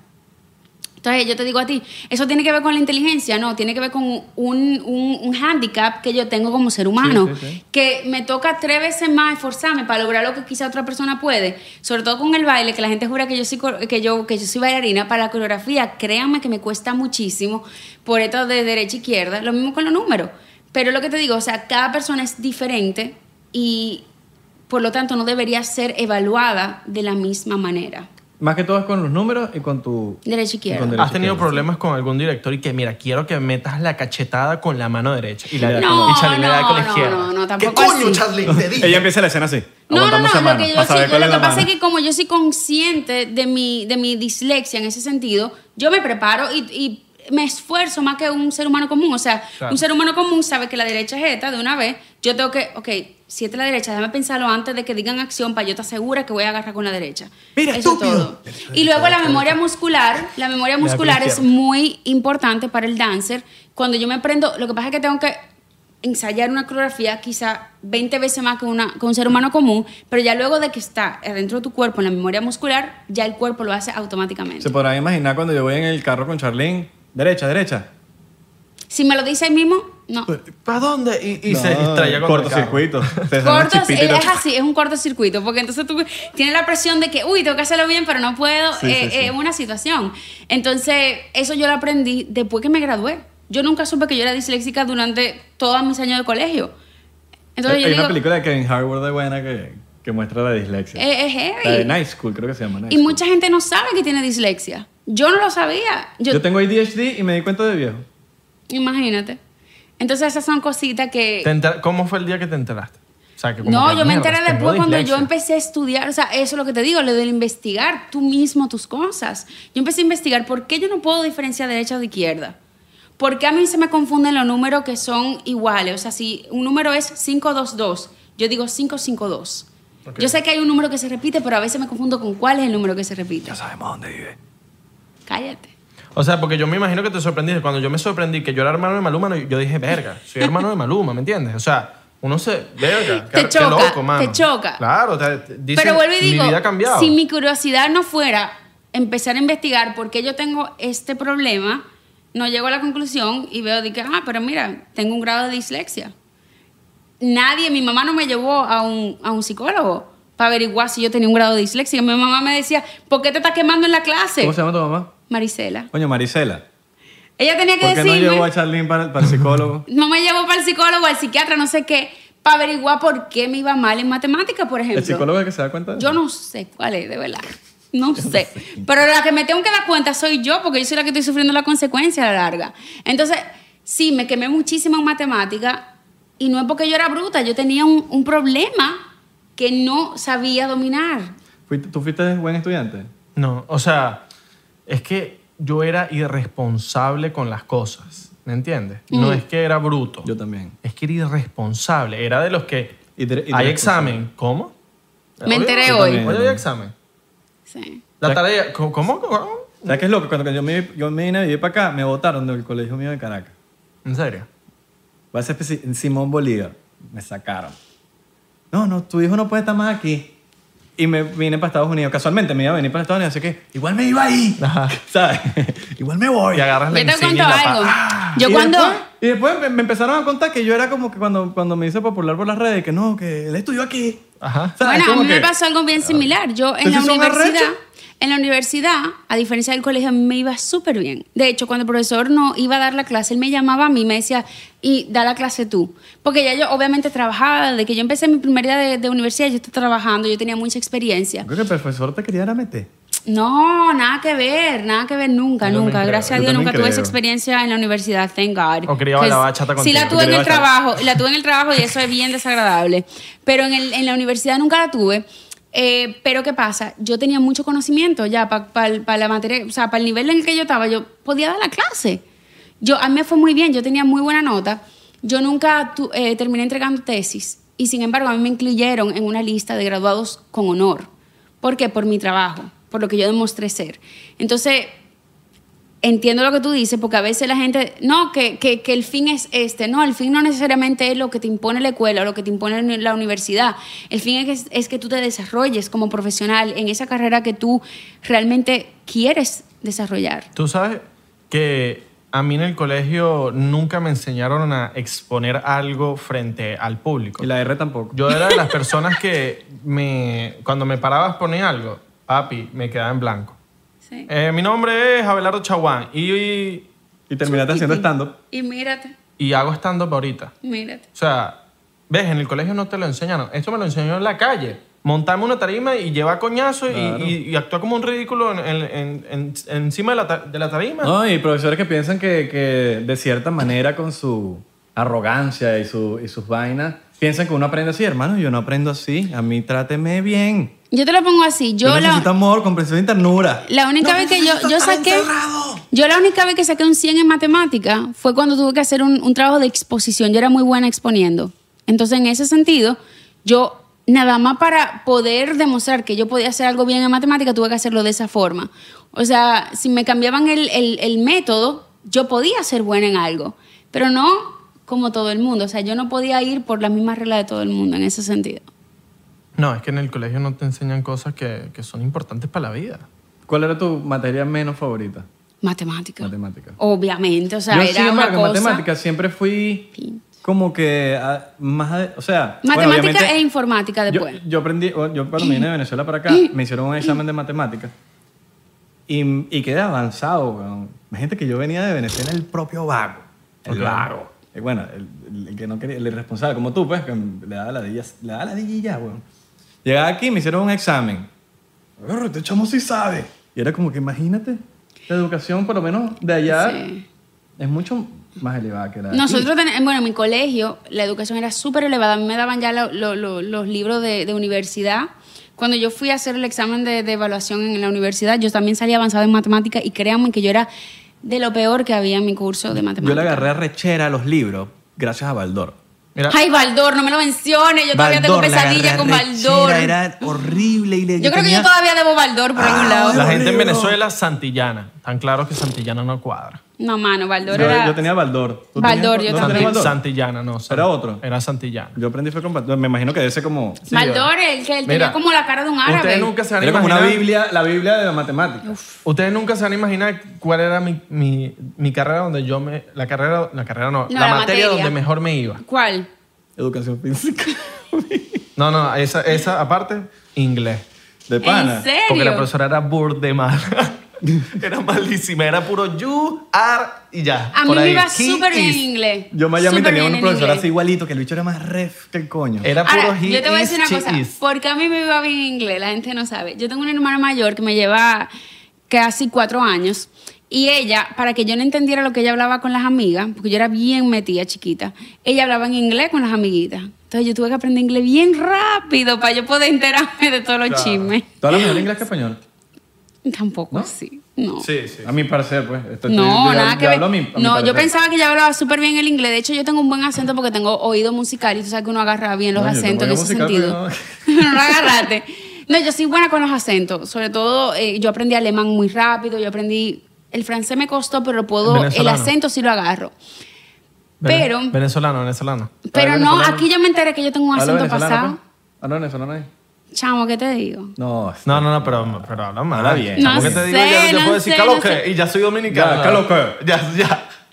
C: Entonces yo te digo a ti, ¿eso tiene que ver con la inteligencia? No, tiene que ver con un, un, un handicap que yo tengo como ser humano,
A: sí, sí.
C: que me toca tres veces más esforzarme para lograr lo que quizá otra persona puede, sobre todo con el baile, que la gente jura que yo soy, cor- que yo, que yo soy bailarina, para la coreografía, créanme que me cuesta muchísimo por esto de derecha e izquierda, lo mismo con los números, pero lo que te digo, o sea, cada persona es diferente y por lo tanto no debería ser evaluada de la misma manera.
A: Más que todo es con los números y con tu...
C: Derecha e izquierda.
A: con derecha
B: ¿Has tenido
A: izquierda.
B: problemas con algún director y que, mira, quiero que metas la cachetada con la mano derecha? Y, la,
C: No,
B: y Charlie le da con la
C: no,
B: izquierda.
C: no, no, tampoco
B: ¿Qué coño,
C: así.
B: Charlie? Te dije.
A: Ella empieza la escena así.
C: No, no,
A: aguantando
C: no,
A: esa
C: lo
A: mano,
C: que yo
A: para
C: sí,
A: saber
C: lo
A: cuál es
C: que
A: la
C: pasa es
A: mano.
C: que como yo soy consciente de mi, de mi dislexia en ese sentido, yo me preparo y, y me esfuerzo más que un ser humano común. O sea,
B: Claro.
C: un ser humano común sabe que la derecha es esta de una vez. Yo tengo que, ok, si esta es la derecha, déjame pensarlo antes de que digan acción para yo estar segura que voy a agarrar con la derecha.
A: Mira,
C: Eso es
A: estúpido.
C: todo. Y luego la memoria muscular, la memoria
B: con la
C: muscular es
B: izquierda.
C: muy importante para el dancer. Cuando yo me prendo, lo que pasa es que tengo que ensayar una coreografía quizá 20 veces más que, una, que un ser humano común, pero ya luego de que está dentro de tu cuerpo, en la memoria muscular, ya el cuerpo lo hace automáticamente.
A: Se podrá imaginar cuando yo voy en el carro con Charlene. Derecha, derecha.
C: Si me lo dice ahí mismo, no.
B: ¿Para dónde? Y, y se
A: No,
B: distraía con
A: Cortocircuito. Te sale una
C: Cortos, eh,
A: chispita y te-
C: es así, es un cortocircuito, porque entonces tú tienes la presión de que, uy, tengo que hacerlo bien, pero no puedo,
A: Sí, sí,
C: eh,
A: sí.
C: eh, una situación. Entonces, eso yo lo aprendí después que me gradué. Yo nunca supe que yo era disléxica durante todos mis años de colegio. Entonces
A: Hay
C: yo digo,
A: una película de Kevin Hardware de buena que, que muestra la dislexia.
C: "Eh, es
A: la de
C: heavy.
A: Night School, creo que se llama. Night
C: Y
A: School.
C: mucha gente no sabe que tiene dislexia. Yo no lo sabía. Yo,
A: Yo... tengo ADHD y me di cuenta de viejo.
C: Imagínate. Entonces esas son cositas que...
B: Te enter- ¿Cómo fue el día que te enteraste? O sea, que como
C: No,
B: que,
C: yo
B: mierda,
C: me enteré
B: tengo
C: después cuando yo
B: dislexia.
C: empecé a estudiar, o sea, eso es lo que te digo, lo de investigar tú mismo tus cosas. Yo empecé a investigar por qué yo no puedo diferenciar derecha de izquierda. ¿Por qué a mí se me confunden los números que son iguales? O sea, si un número es 522, yo digo 552. Yo sé que hay un número que se repite, pero a veces me confundo con cuál es el número que se repite.
A: sabemos dónde vive.
C: Cállate.
B: O sea, porque yo me imagino que te sorprendiste. Cuando yo me sorprendí que yo era hermano de Maluma, no, yo dije, verga, soy hermano de Maluma, ¿me entiendes? O sea, uno se... Verga,
C: Te
B: qué- qué
C: choca,
B: loco, mano.
C: te choca.
B: Claro, te, te dicen,
C: Pero vuelvo y digo,
B: mi vida ha cambiado.
C: si mi curiosidad no fuera empezar a investigar por qué yo tengo este problema, no llego a la conclusión y veo de que, ah, pero mira, tengo un grado de dislexia. Nadie, mi mamá no me llevó a un, a un psicólogo para averiguar si yo tenía un grado de dislexia. Mi mamá me decía, ¿por qué te estás quemando en la clase?
A: ¿Cómo se llama tu mamá?
C: Marisela.
A: Coño, Marisela.
C: Ella tenía que
A: ¿Por qué no
C: decirme,
A: llevó a Charlene para, para el psicólogo?
C: no me llevó para el psicólogo, al psiquiatra, no sé qué, para averiguar por qué me iba mal en matemática, por ejemplo.
A: ¿El psicólogo es el que se da cuenta? de
C: Yo
A: eso?
C: no sé cuál es, de verdad. No sé. Pero la que me tengo que dar cuenta soy yo, porque yo soy la que estoy sufriendo la consecuencia a la larga. Entonces, sí, me quemé muchísimo en matemática y no es porque yo era bruta, yo tenía un, un problema que no sabía dominar.
A: Fuiste- ¿Tú fuiste buen estudiante?
B: No, o sea, es que yo era irresponsable con las cosas, ¿me entiendes? No es que era bruto.
A: Yo también.
B: Es que era irresponsable. Era de los que
A: Y te- y te
B: hay
A: responsable.
B: examen. ¿Cómo?
C: Me enteré
A: yo
C: hoy.
A: también.
B: Hoy hay examen.
C: Sí.
B: La tarea. ¿Cómo? ¿Cómo?
A: ¿Sabes qué es loco? Cuando yo me, yo me vine a vivir para acá, me votaron del colegio mío de Caracas.
B: ¿En serio?
A: Va a ser especi- en Simón Bolívar. Me sacaron. No, no, tu hijo no puede estar más aquí. Y me vine para Estados Unidos. Casualmente me iba a venir para Estados Unidos, así que igual me iba ahí.
B: Ajá.
A: ¿Sabes? igual me voy.
B: Y agarras la
C: Yo te
B: insignia y
C: cuento
B: la pa-
C: algo. Yo
A: Y
C: cuando.
A: después- y después me, me empezaron a contar que yo era como que cuando, cuando me hice popular por las redes, que no, que él estudió aquí.
B: Ajá.
A: ¿Sabes?
C: Bueno, a
A: Como
C: mí me
A: que- Ah.
C: pasó algo bien similar. Yo en
A: ¿Ustedes
C: la
A: sí son
C: universidad,
A: arrechos?
C: en la universidad, a diferencia del colegio, a mí me iba súper bien. De hecho, cuando el profesor no iba a dar la clase, él me llamaba a mí y me decía, y da la clase tú. Porque ya yo obviamente trabajaba, desde que yo empecé mi primer día de, de universidad, yo estaba trabajando, yo tenía mucha experiencia.
A: Creo que el profesor te quería era meter.
C: No, nada que ver, nada que ver nunca,
B: Yo también
C: nunca.
B: creo,
C: Gracias a
A: yo
C: Dios
A: también
C: nunca tuve
A: creo.
C: esa experiencia en la universidad, thank God.
B: O criaba
C: Que
B: la
C: s-
B: bachata
C: Sí, la
B: contigo.
C: tuve
A: Criaba
C: en el
A: bachata.
C: trabajo, la tuve en el trabajo y eso es bien desagradable. Pero en, el- en la universidad nunca la tuve. Eh, pero ¿qué pasa? Yo tenía mucho conocimiento ya para la materia, o sea, para el nivel en el que yo estaba, yo podía dar la clase. Yo, a mí me fue muy bien, yo tenía muy buena nota. Yo nunca tu- eh, terminé entregando tesis y sin embargo a mí me incluyeron en una lista de graduados con honor. ¿Por qué? Por mi trabajo, por lo que yo demostré ser. Entonces, entiendo lo que tú dices, porque a veces la gente, no, que, que, que el fin es este, no, el fin no necesariamente es lo que te impone la escuela o lo que te impone la universidad, el fin es, es que tú te desarrolles como profesional en esa carrera que tú realmente quieres desarrollar.
B: Tú sabes que a mí en el colegio nunca me enseñaron a exponer algo frente al público.
A: Y la R tampoco.
B: Yo era de las personas que me, cuando me paraba a exponer algo, papi, me quedaba en blanco.
C: Sí.
B: Eh, mi nombre es Abelardo Chaguán y, y,
A: Y terminaste haciendo stand-up.
C: Y mírate,
B: y hago stand-up ahorita.
C: mírate.
B: O sea, ves, en el colegio no te lo enseñaron. Esto me lo enseñó en la calle. Montarme una tarima y llevar coñazo y-
A: Claro.
B: y, y actuar como un ridículo en- en- en- en- encima de la, ta- de la tarima.
A: No, y profesores que piensan que, que de cierta manera con su arrogancia y, su, y sus vainas, piensan que uno aprende así, hermano, yo no aprendo así, a mí tráteme bien.
C: Yo te lo pongo así,
A: Yo,
C: yo, la...
A: necesito amor, comprensión y ternura.
C: La única vez que yo, yo saqué. Yo la única vez que saqué un 100 en matemática fue cuando tuve que hacer un, un trabajo de exposición. Yo era muy buena exponiendo. Entonces, en ese sentido, yo nada más para poder demostrar que yo podía hacer algo bien en matemática, tuve que hacerlo de esa forma. O sea, si me cambiaban el, el- el método, yo podía ser buena en algo, pero no como todo el mundo. O sea, yo no podía ir por las mismas reglas de todo el mundo en ese sentido.
B: No, es que en el colegio no te enseñan cosas que, que son importantes para la vida.
A: ¿Cuál era tu materia menos favorita?
C: Matemática.
A: Matemática.
C: Obviamente, o sea,
A: yo,
C: era
A: sin
C: una
A: embargo, en
C: cosa...
A: matemáticas siempre fui
C: Fin.
A: como que ah, más... ade- O sea... bueno,
C: Matemática
A: obviamente-
C: e informática
A: Yo,
C: después.
A: yo aprendí, o- yo cuando vine de Venezuela para acá, me hicieron un examen de matemáticas y, y quedé avanzado. weón. Imagínate que yo venía de Venezuela el propio vago. El
B: Ok.
A: vago. Eh, bueno, el, el- el que no quería, el irresponsable, como tú, pues, que le daba la dilla, le daba la dilla y ya, weón. Llegaba aquí, me hicieron un examen. Agarra, Este chamo sí sabe. Y era como que, imagínate, la educación, por lo menos de allá,
C: Sí.
A: es mucho más elevada que la de aquí.
C: Nosotros, ten- bueno, en mi colegio la educación era súper elevada. A mí me daban ya lo- lo- lo- los libros de, de universidad. Cuando yo fui a hacer el examen de, de evaluación en la universidad, yo también salí avanzada en matemática y créanme que yo era de lo peor que había en mi curso
A: Yo
C: de
A: le
C: matemáticas.
A: agarré a rechera a los libros gracias a Baldor.
B: Mira,
C: Ay, Baldor, no me lo menciones. Yo todavía tengo
A: Baldor, la
C: pesadilla con
A: garrachera
C: Baldor.
A: Era horrible y le
C: Yo creo que
A: tenía- Ah,
C: yo todavía debo Baldor por algún lado.
B: la
A: Ay,
B: gente en
A: boludo.
B: Venezuela santillana. Tan claro que santillana no cuadra.
C: No, mano, Baldor
A: Yo,
C: era...
A: yo tenía Baldor. ¿Tú
C: Baldor,
A: tenías-
C: yo
A: no
C: también.
A: tenías Baldor?
B: santillana, no. san-
A: Era otro.
B: Era santillana.
A: Yo aprendí fue con Baldor. Me imagino que debe ser como...
C: Baldor, el que él tenía
B: Mira,
C: como la cara de un árabe.
B: Ustedes nunca se van a
A: Era como una
B: imaginar...
A: biblia, la biblia de la matemática.
B: Ustedes nunca se van a imaginar cuál era mi, mi, mi carrera donde yo me... La carrera... La carrera no.
C: No,
B: la,
C: la
B: materia,
C: materia.
B: donde mejor me iba.
C: ¿Cuál?
A: Educación física.
B: No, no. Esa, esa aparte, inglés.
A: De pana.
C: ¿En serio?
B: Porque la profesora era burde mala. era malísima. Era puro you, are y ya.
C: A mí
B: por
C: me
B: ahí.
C: iba
B: He
C: súper bien
B: is.
C: en inglés.
A: Yo en Miami
C: Súper
A: tenía
C: bien
A: un
C: en
A: profesor
C: inglés.
A: así igualito, que el bicho era más ref que el coño.
B: Era puro
C: Ahora,
B: he
C: yo te voy a decir
B: is,
C: una
B: she
C: cosa.
B: is.
C: Porque a mí me iba bien en inglés, la gente no sabe. Yo tengo una hermana mayor que me lleva casi cuatro años. Y ella, para que yo no entendiera lo que ella hablaba con las amigas, porque yo era bien metida chiquita, ella hablaba en inglés con las amiguitas. Entonces yo tuve que aprender inglés bien rápido para yo poder enterarme de todos los chismes.
A: ¿Tú hablas mejor inglés que español?
C: Tampoco así, no.
B: Sí, sí.
A: A mi parecer, pues. Esto-
C: No,
A: yo- yo
C: nada que ver.
A: hablo a mi- a mi
C: no, yo
A: parecer.
C: pensaba que ya hablaba súper bien el inglés. De hecho, yo tengo un buen acento porque tengo oído musical y tú sabes que uno agarra bien los
A: No, yo tengo
C: acentos en
A: oído
C: ese
A: musical,
C: sentido. No lo agarraste. No, yo soy buena con los acentos. Sobre todo, eh, yo aprendí alemán muy rápido, yo aprendí... El francés me costó, pero puedo... El
B: Venezolano.
C: acento sí lo agarro.
B: Vene-
C: Pero...
B: Venezolano, venezolano.
C: Pero
A: Habla
C: no,
A: venezolano.
C: aquí yo me enteré que yo tengo un
A: Habla
C: acento
A: venezolano,
C: pasado.
A: pues. Habla venezolano ahí.
C: Chamo, ¿qué te digo?
A: No,
B: No, no, no, pero, pero habla mal.
A: Habla bien.
B: Chamo,
A: No
B: ¿qué te
C: sé,
B: digo? Ya- Yo,
C: no
B: puedo decir
C: sé,
B: calo
C: no
B: que
C: sé.
B: y ya soy dominicano.
A: Ya, calo que.
B: Ya,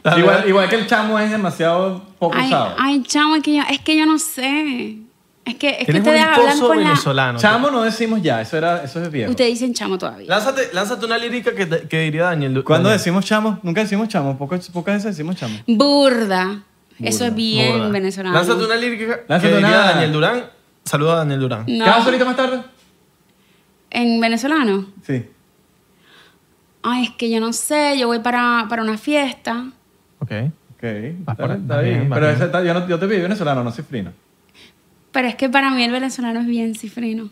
B: ya.
A: Igual, igual que el chamo es demasiado poco
C: Ay,
A: usado.
C: ay, chamo, es que, yo, es que yo no sé. Es que, es que
B: Tienes un
C: ustedes hablan
B: esposo
C: con la...
B: venezolano.
A: Chamo no decimos ya, eso, era, eso es viejo.
C: Ustedes dicen chamo todavía.
B: Lánzate, lánzate una lírica que, te- que diría Daniel.
A: ¿Cuándo
B: Daniel.
A: decimos chamo? Nunca decimos chamo, pocas, pocas veces decimos chamo.
C: Burda. Eso es bien
B: Burda.
C: venezolano.
B: Lánzate una lírica
A: Lánzate
B: que diría
A: una-
B: Daniel Durán. Saluda a Daniel Durán.
C: No.
A: ¿Qué haces ahorita más tarde?
C: ¿En venezolano?
A: Sí.
C: Ay, es que yo no sé. Yo voy para, para una fiesta.
B: Ok.
A: Ok, está,
B: Vas por-
A: bien, está
B: vas
A: bien,
B: bien, vas
A: Pero
B: bien.
A: ese está- yo, no- yo te pido venezolano, no soy frino.
C: Pero es que para mí el venezolano es bien cifrino.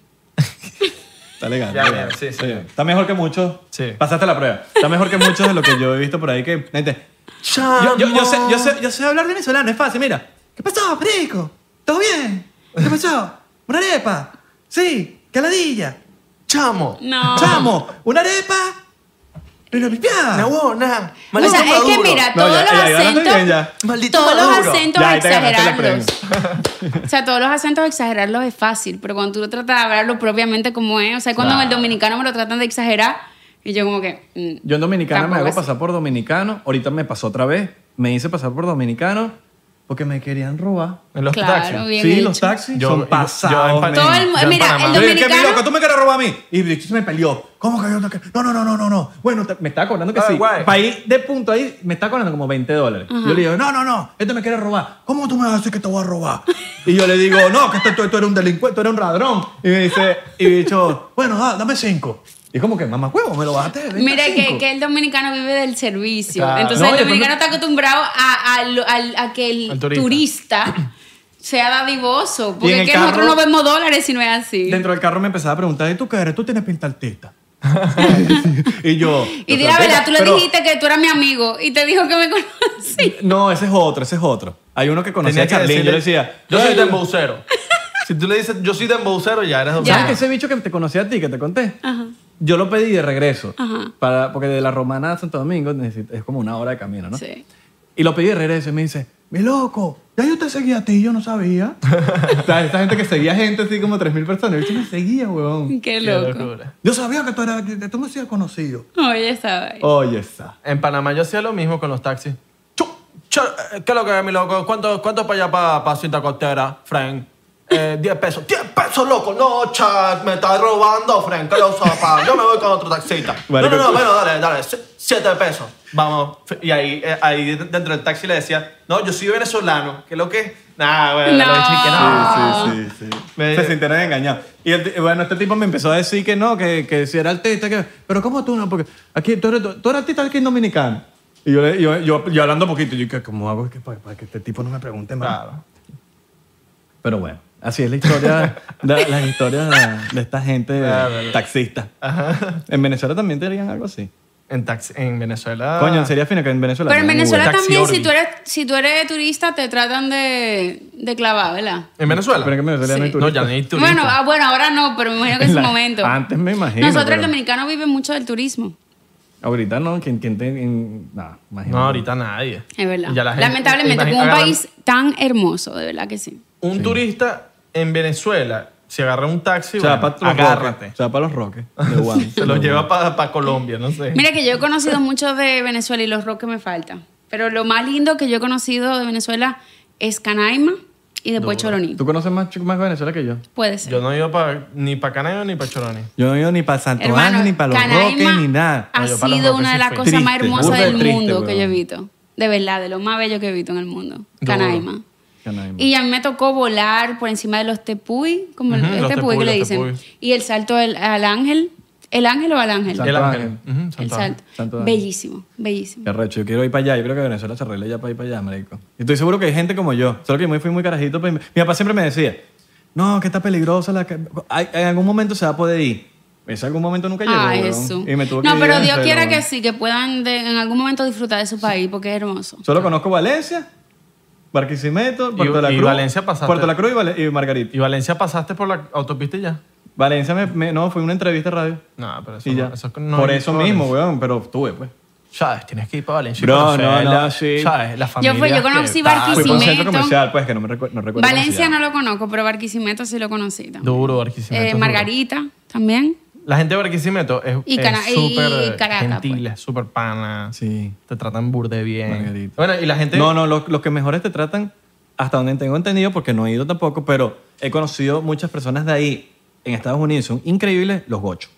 A: Está legal.
B: Ya,
A: está legal.
B: ya, sí, sí.
A: Está mejor que muchos.
B: Sí.
A: Pasaste la prueba. Está mejor que muchos de lo que yo he visto por ahí que... la gente, yo, yo, yo sé, yo, sé, yo sé hablar venezolano, es fácil, mira. ¿Qué pasó, perico? ¿Todo bien? ¿Qué pasó? ¿Una arepa? Sí, caladilla.
B: Chamo.
C: No.
A: Chamo, ¿una arepa? ¿Una pipiada?
B: Nahuona.
C: O sea, es que mira,
A: No,
C: todos
A: ya,
C: los
A: ya, ya,
C: acentos...
A: ya, ya.
B: Maldito
C: todos
B: Maduro.
C: los acentos
A: Ya, ahí te ganaste la
C: exagerados. O sea, todos los acentos exagerarlos es fácil, pero cuando tú lo tratas de hablarlo propiamente como es, o sea, cuando
A: Claro.
C: el dominicano me lo tratan de exagerar, y yo como que... mm,
A: Yo en Dominicana me
C: tampoco
A: hago
C: es-
A: pasar por dominicano. Ahorita me pasó otra vez. Me hice pasar por dominicano porque me querían robar.
B: En los
C: Claro,
B: taxis.
C: bien
A: sí,
C: hecho.
A: los taxis
B: Yo- yo- yo
A: son
B: en
A: pasados.
B: Pan-
A: men.
C: Todo el mu-
B: Yo en
C: mira,
B: Panamá.
C: el
A: Yo dije, "Mi
C: dominicano...
A: loco, tú me quieres robar a mí. Y Brichis me peleó. ¿Cómo que yo no quiero? No, no, no, no, no, no. Bueno, te- me estaba cobrando que
B: Ah,
A: sí.
B: guay.
A: Para ir de punto ahí, me estaba cobrando como 20 dólares. Yo le digo, no, no, no, este me quiere robar. ¿Cómo tú me vas a decir que te voy a robar? Y yo le digo, no, que este- tú, tú eres un delincuente, tú eres un ladrón. Y me dice, y bicho, bueno, da- dame cinco. Y como que, mamá, huevo, me lo bajaste. de 20
C: Mira
A: a
C: que,
A: cinco".
C: que el dominicano vive del servicio.
B: Claro.
C: Entonces
A: No, y
C: el
A: después
C: dominicano
A: me-
C: está acostumbrado a, a lo- al- a que el
B: Al turista.
C: turista. sea dadivoso.
A: en
C: Porque
A: el
C: es que nosotros
A: carro-
C: no vemos dólares si no es así.
A: Dentro del carro me empezaba a preguntar, ¿y tú qué eres? ¿Tú tienes pinta artista? y yo...
C: Y
A: yo
C: di
A: creo
C: la
A: que-
C: verdad, tú le
A: pero-
C: dijiste que tú eras mi amigo y te dijo que me conocí.
A: No, ese es otro, ese es otro. Hay uno que conocía
B: Tenía
A: a
B: que
A: Charlene, yo
B: decirle,
A: le decía...
B: Yo
A: "Ay,
B: soy dembocero. si tú le dices, yo soy dembocero, ya
A: ¿Sabes
B: eres
C: Ya.
B: dominicano.
A: que ese bicho que te conocí a ti, que te conté?
C: Ajá.
A: Yo lo pedí de regreso.
C: Ajá.
A: Para, porque de la Romana a Santo Domingo necesit- es como una hora de camino, ¿no?
C: Sí.
A: Y lo pedí de regreso y me dice, mi loco, ya yo te seguía a ti, yo no sabía. ¿Sabes? Esta gente que seguía gente así como 3.000 personas. El bicho me seguía, huevón.
C: Qué
B: Qué
C: loco.
B: locura.
A: Yo sabía que tú, eras, que tú me habías conocido.
C: Oye, estaba ahí.
A: Oye, esa.
B: En Panamá yo hacía lo mismo con los taxis. Chu, chu, eh, ¿Qué es lo que es, mi loco? ¿Cuánto, cuánto para allá para pa cinta costera, Frank? Eh, 10 pesos. 10 pesos, loco. No, chat, me está robando, Frank. ¿Qué lo sopa? Yo me voy con otro taxista. No, no, no, bueno, dale, dale. 7 pesos. Vamos. Y ahí, eh, ahí dentro del taxi le decía, no, yo soy venezolano. ¿Qué es lo que es? Nah, bueno,
C: No.
B: la chica, no.
C: Ah.
A: Sí, sí, sí.
B: Me-
A: Se sintieron engañados. Y el ti- bueno, este tipo me empezó a decir que no, que, que si era artista, que, pero ¿cómo tú no? Porque aquí, tú eres, tú eres artista aquí en Dominicano. Y yo, le- yo, yo, yo hablando poquito, yo que ¿cómo hago que, para, para que este tipo no me pregunte más?
B: Claro.
A: Pero bueno, así es la historia, de, las historias de, de esta gente
B: Claro.
A: taxista.
B: Ajá.
A: En Venezuela también te harían algo así.
B: En, taxi, en Venezuela.
A: Coño, sería fino que en Venezuela.
C: Pero en
A: tengan Uber.
C: Venezuela
B: Taxi
C: también,
B: Orbi.
C: si tú, eres, si tú eres turista, te tratan de, de clavar, ¿verdad?
B: ¿En Venezuela?
A: Pero en Venezuela no hay
C: Sí.
B: no,
A: turista.
B: ya ni turista.
C: Bueno, ah, bueno, ahora no, pero me imagino que en
A: En
C: su
A: la-
C: momento.
A: Antes me imagino.
C: Nosotros,
A: pero
C: el dominicano, vive mucho del turismo.
A: Ahorita no, quien, quien te. en- nah, imagínate.
B: No, ahorita nadie.
C: Es verdad.
B: Ya la gente-
C: Lamentablemente,
B: imagina-
C: como un
B: agarran-
C: país tan hermoso, de verdad que sí.
B: Un turista en Venezuela, si agarra un taxi,
A: O sea,
B: bueno,
A: para los
B: agárrate.
A: roques. O sea, para los roques. De Guam.
B: Se lo lleva para Colombia, no sé.
C: Mira que yo he conocido mucho de Venezuela y los roques me faltan. Pero lo más lindo que yo he conocido de Venezuela es Canaima y después Choroní.
A: Tú conoces más, chi- más Venezuela que yo.
C: Puede ser.
B: Yo no he ido pa- ni para Canaima ni para Choroni.
A: Yo no he ido ni para Santo
C: Hermano,
A: Ángel, ni para los roques,
C: Canaima
A: ni nada.
C: Ha
B: No, yo para los
C: sido
B: Roques
C: una de
B: sí
C: las
B: fui.
C: cosas más
A: Triste,
C: hermosas
A: burda de
C: del
A: triste,
C: mundo que
A: weón.
C: yo he visto. De verdad, de lo más bello que he visto en el mundo.
B: Duro.
C: Canaima.
A: Canaima.
C: Y a mí me tocó volar por encima de los tepuy, como el-
B: Ujú,
C: el
B: los
C: tepuy
B: tepuy,
C: que le
B: los
C: dicen.
B: tepuy.
C: Y el salto del- al ángel. ¿El ángel o al ángel?
A: Santo
B: El Ángel.
A: Ángel.
B: Ujú, Santo
C: el
B: Ángel.
C: salto.
A: Santo Ángel.
C: bellísimo, bellísimo.
A: Qué arrecho, yo quiero ir para allá. Yo creo que Venezuela se arregle ya para ir para allá, marico. Y estoy seguro que hay gente como yo. Solo que yo me fui muy carajito. pa' irme. Mi papá siempre me decía, no, que está peligrosa la... ca- Ay, en algún momento se va a poder ir. Ese algún momento nunca llegó,
C: Ah,
A: weón.
C: eso.
A: Y me tuvo que
C: no,
A: ir a
C: pero Dios
A: Venezuela,
C: quiera que
A: weón.
C: sí, que puedan de- en algún momento disfrutar de su país, porque es hermoso.
A: Solo conozco Valencia, Barquisimeto, Puerto de la
B: y
A: Cruz.
B: Valencia pasaste.
A: Puerto de la Cruz y, Vale- y Margarita.
B: ¿Y Valencia pasaste por la autopista y ya?
A: Valencia me, me- no, fue una entrevista de radio.
B: No, pero eso,
A: Y ya.
B: no- eso no
A: Por
B: hay
A: eso
B: colores.
A: mismo, weón, pero tuve, pues.
B: ¿Sabes? Tienes que ir para Valencia. y
A: Bro,
B: conocer
A: no,
B: la-
A: no, sí.
B: ¿Sabes? La familia.
C: fui- yo
A: Fui
C: conocí
A: por un centro
C: Barquisimeto.
A: comercial, pues, que no me recu- no recuerdo. cómo se
C: Ah, Valencia
A: llama.
C: no lo conozco, pero Barquisimeto sí lo conocí también.
B: Duro,
C: Eh,
B: Barquisimeto. es duro.
C: Margarita también.
B: La gente de Barquisimeto es
C: Y
B: es
C: Cana- y
B: súper
C: Caracas,
B: gentil,
C: pues.
B: es súper pana.
A: Sí.
B: Te tratan burde bien.
A: Margarita.
B: Bueno, y la gente...
A: No, no, los, los que mejores te tratan, hasta donde tengo entendido, porque no he ido tampoco, pero he conocido muchas personas de ahí en Estados Unidos. Son increíbles los gochos.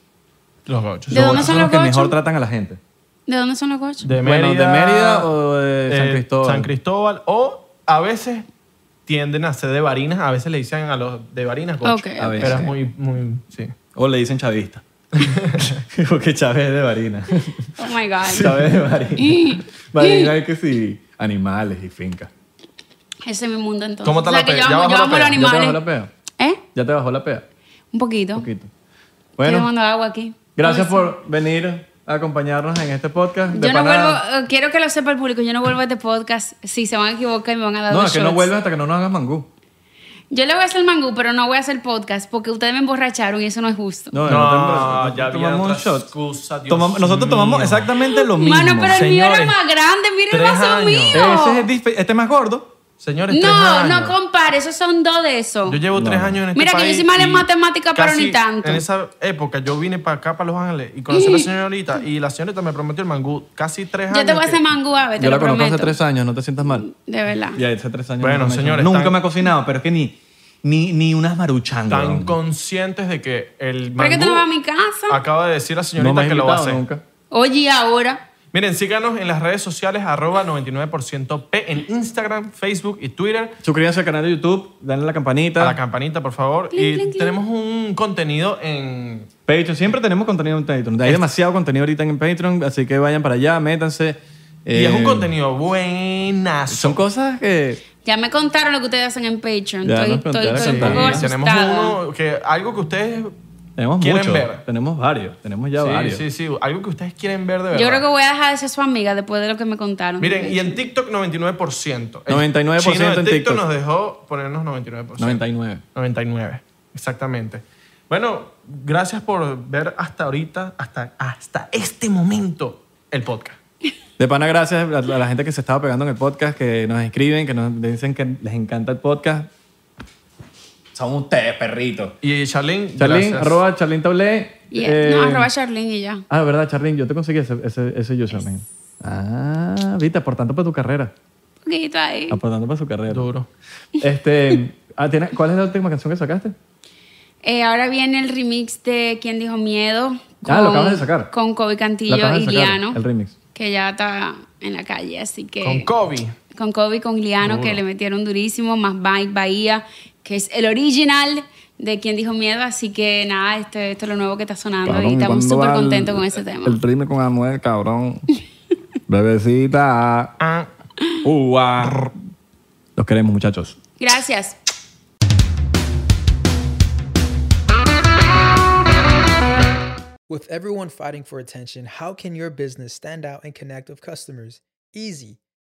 B: Los gauchos.
C: ¿De dónde
A: gochos
C: son los
A: los que mejor
C: gochos?
A: tratan a la gente.
C: ¿De dónde son los gochos?
B: De Mérida, eh,
A: Bueno, de Mérida o de San Cristóbal.
B: San Cristóbal. O a veces tienden a ser de Barinas. A veces le dicen a los de Barinas gocho.
C: Ok,
B: Pero
C: A
A: ok.
B: es
A: veces.
B: muy, muy... Sí.
A: O le dicen chavista. Porque Chávez es de Barina.
C: Oh my God.
A: Chávez es de Barina. Barina es que sí, animales y fincas.
C: Ese es mi mundo entonces.
B: ¿Cómo está
C: O sea,
B: la
C: que
B: pea?
C: yo
B: ¿Ya
C: amo,
B: bajó
C: yo
B: la pea?
C: amo los
A: ¿Ya te bajó
C: animales.
A: la pea?
C: ¿Eh?
A: ¿Ya te bajó la pea?
C: Un poquito.
A: Un poquito.
C: Estoy
A: Bueno,
C: tomando agua aquí.
A: gracias por venir a acompañarnos en este podcast. De
C: Yo no
A: pana-
C: vuelvo, eh, quiero que lo sepa el público, yo no vuelvo a este podcast. Si se van a equivocar, me van a dar
A: No,
C: dos
A: es que no
C: shots.
A: vuelves hasta que no nos hagas mangú.
C: Yo le voy a hacer mangú, pero no voy a hacer podcast porque ustedes me emborracharon y eso no es justo.
A: No,
B: No,
A: te-
B: ya había
A: tomamos un
B: otra
A: shot.
B: excusa, Dios
A: Tomamos- nosotros tomamos
B: mío.
A: exactamente lo mismo.
C: Mano, pero el mío era
B: Señores,
C: más grande, miren el
B: tres
C: vaso
B: años.
C: mío.
A: Ese es disfe- este es más gordo.
B: Señores, tres
C: no,
B: años.
C: no compare, esos son dos de esos.
B: Yo llevo tres años en este
C: Mira que yo
B: país
C: soy mala en
B: y
C: matemática, pero
B: casi
C: ni tanto.
B: En esa época yo vine para acá, para Los Ángeles, y conocí a la señorita, y la señorita me prometió el mangú casi tres años.
C: Yo te voy a
B: que-
C: hacer mangú, a ver, te
A: Yo la
C: lo
A: conozco
C: prometo.
A: hace tres años, no te sientas mal.
C: De verdad.
A: Ya, hace tres años.
B: Bueno,
A: no me he hecho-
B: señores,
A: Nunca
B: tan-
A: me ha cocinado, pero es que ni, ni, ni unas maruchangas.
B: Tan
A: weón.
B: conscientes de que el
C: ¿Pero
B: mangú...
C: es que tú no vas a mi casa?
B: Acaba de decir la
A: No
B: señorita
A: me has
B: que lo va a
A: invitado
B: hacer.
A: nunca.
C: Oye, ¿y ahora.
B: Miren, síganos en las redes sociales, arroba 99% P, en Instagram, Facebook y Twitter.
A: Suscríbanse al canal de YouTube, denle a la
B: A
A: campanita.
B: la campanita, por favor.
C: Clink,
B: y
C: clink, clink.
B: tenemos un contenido en...
A: Patreon, siempre tenemos contenido en Patreon. Hay demasiado contenido ahorita en Patreon, así que vayan para allá, métanse.
B: y es
A: Eh,
B: un contenido buenazo.
A: Son cosas que.
C: Ya me contaron lo que ustedes hacen en Patreon.
A: Ya
C: estoy
A: nos
C: estoy,
A: contaron,
C: estoy un
A: sí.
C: poco
A: Tenemos
B: tenemos
C: asustada.
B: uno que algo que ustedes
A: Tenemos
B: ¿Quieren
A: muchos.
B: ver?
A: Tenemos varios. Tenemos ya
B: sí,
A: varios.
B: sí, sí, algo que ustedes quieren ver de verdad.
C: Yo creo que voy a dejar de ser su amiga después de lo que me contaron.
B: Miren, y en TikTok 99%. El
A: 99%
B: chino
A: en
B: de TikTok
A: TikTok.
B: nos dejó ponernos 99%.
A: 99.
B: 99, exactamente. Bueno, gracias por ver hasta ahorita, hasta, hasta este momento, el podcast.
A: De pana, gracias a a la gente que se estaba pegando en el podcast, que nos escriben, que nos dicen que les encanta el podcast. Son ustedes, perritos.
B: Y Charlene,
A: Charlin,
B: gracias.
A: arroba Charlin Taulé.
C: Y-
A: Eh,
C: no, arroba Charlene y ya.
A: Ah, verdad, Charlin, yo te conseguí ese, ese, ese username. Ah, viste, aportando para tu carrera.
C: Un poquito ahí.
A: Aportando para su carrera.
B: Duro.
A: Este, ah, ¿tiene- ¿Cuál es la última canción que sacaste?
C: Eh, ahora viene el remix de ¿Quién dijo miedo?
A: Ah, lo acabas de sacar.
C: Con Kobe
A: La
C: Cantillo
A: acabas
C: y
A: de sacar,
C: Liano,
A: El remix.
C: que ya está en la calle, así que...
B: Con Kobe.
C: con Kobe y con Liano, que le metieron durísimo, más Mike Bahía, que es el original de Quien Dijo Miedo. Así que nada, esto, esto es lo nuevo que está sonando y estamos súper contentos con ese tema.
A: ritmo con Anuel, cabrón. Bebecita.
B: Ah.
A: Uva. Los queremos, muchachos.
C: Gracias.
E: With everyone fighting for attention, how can your business stand out and connect with customers? Easy.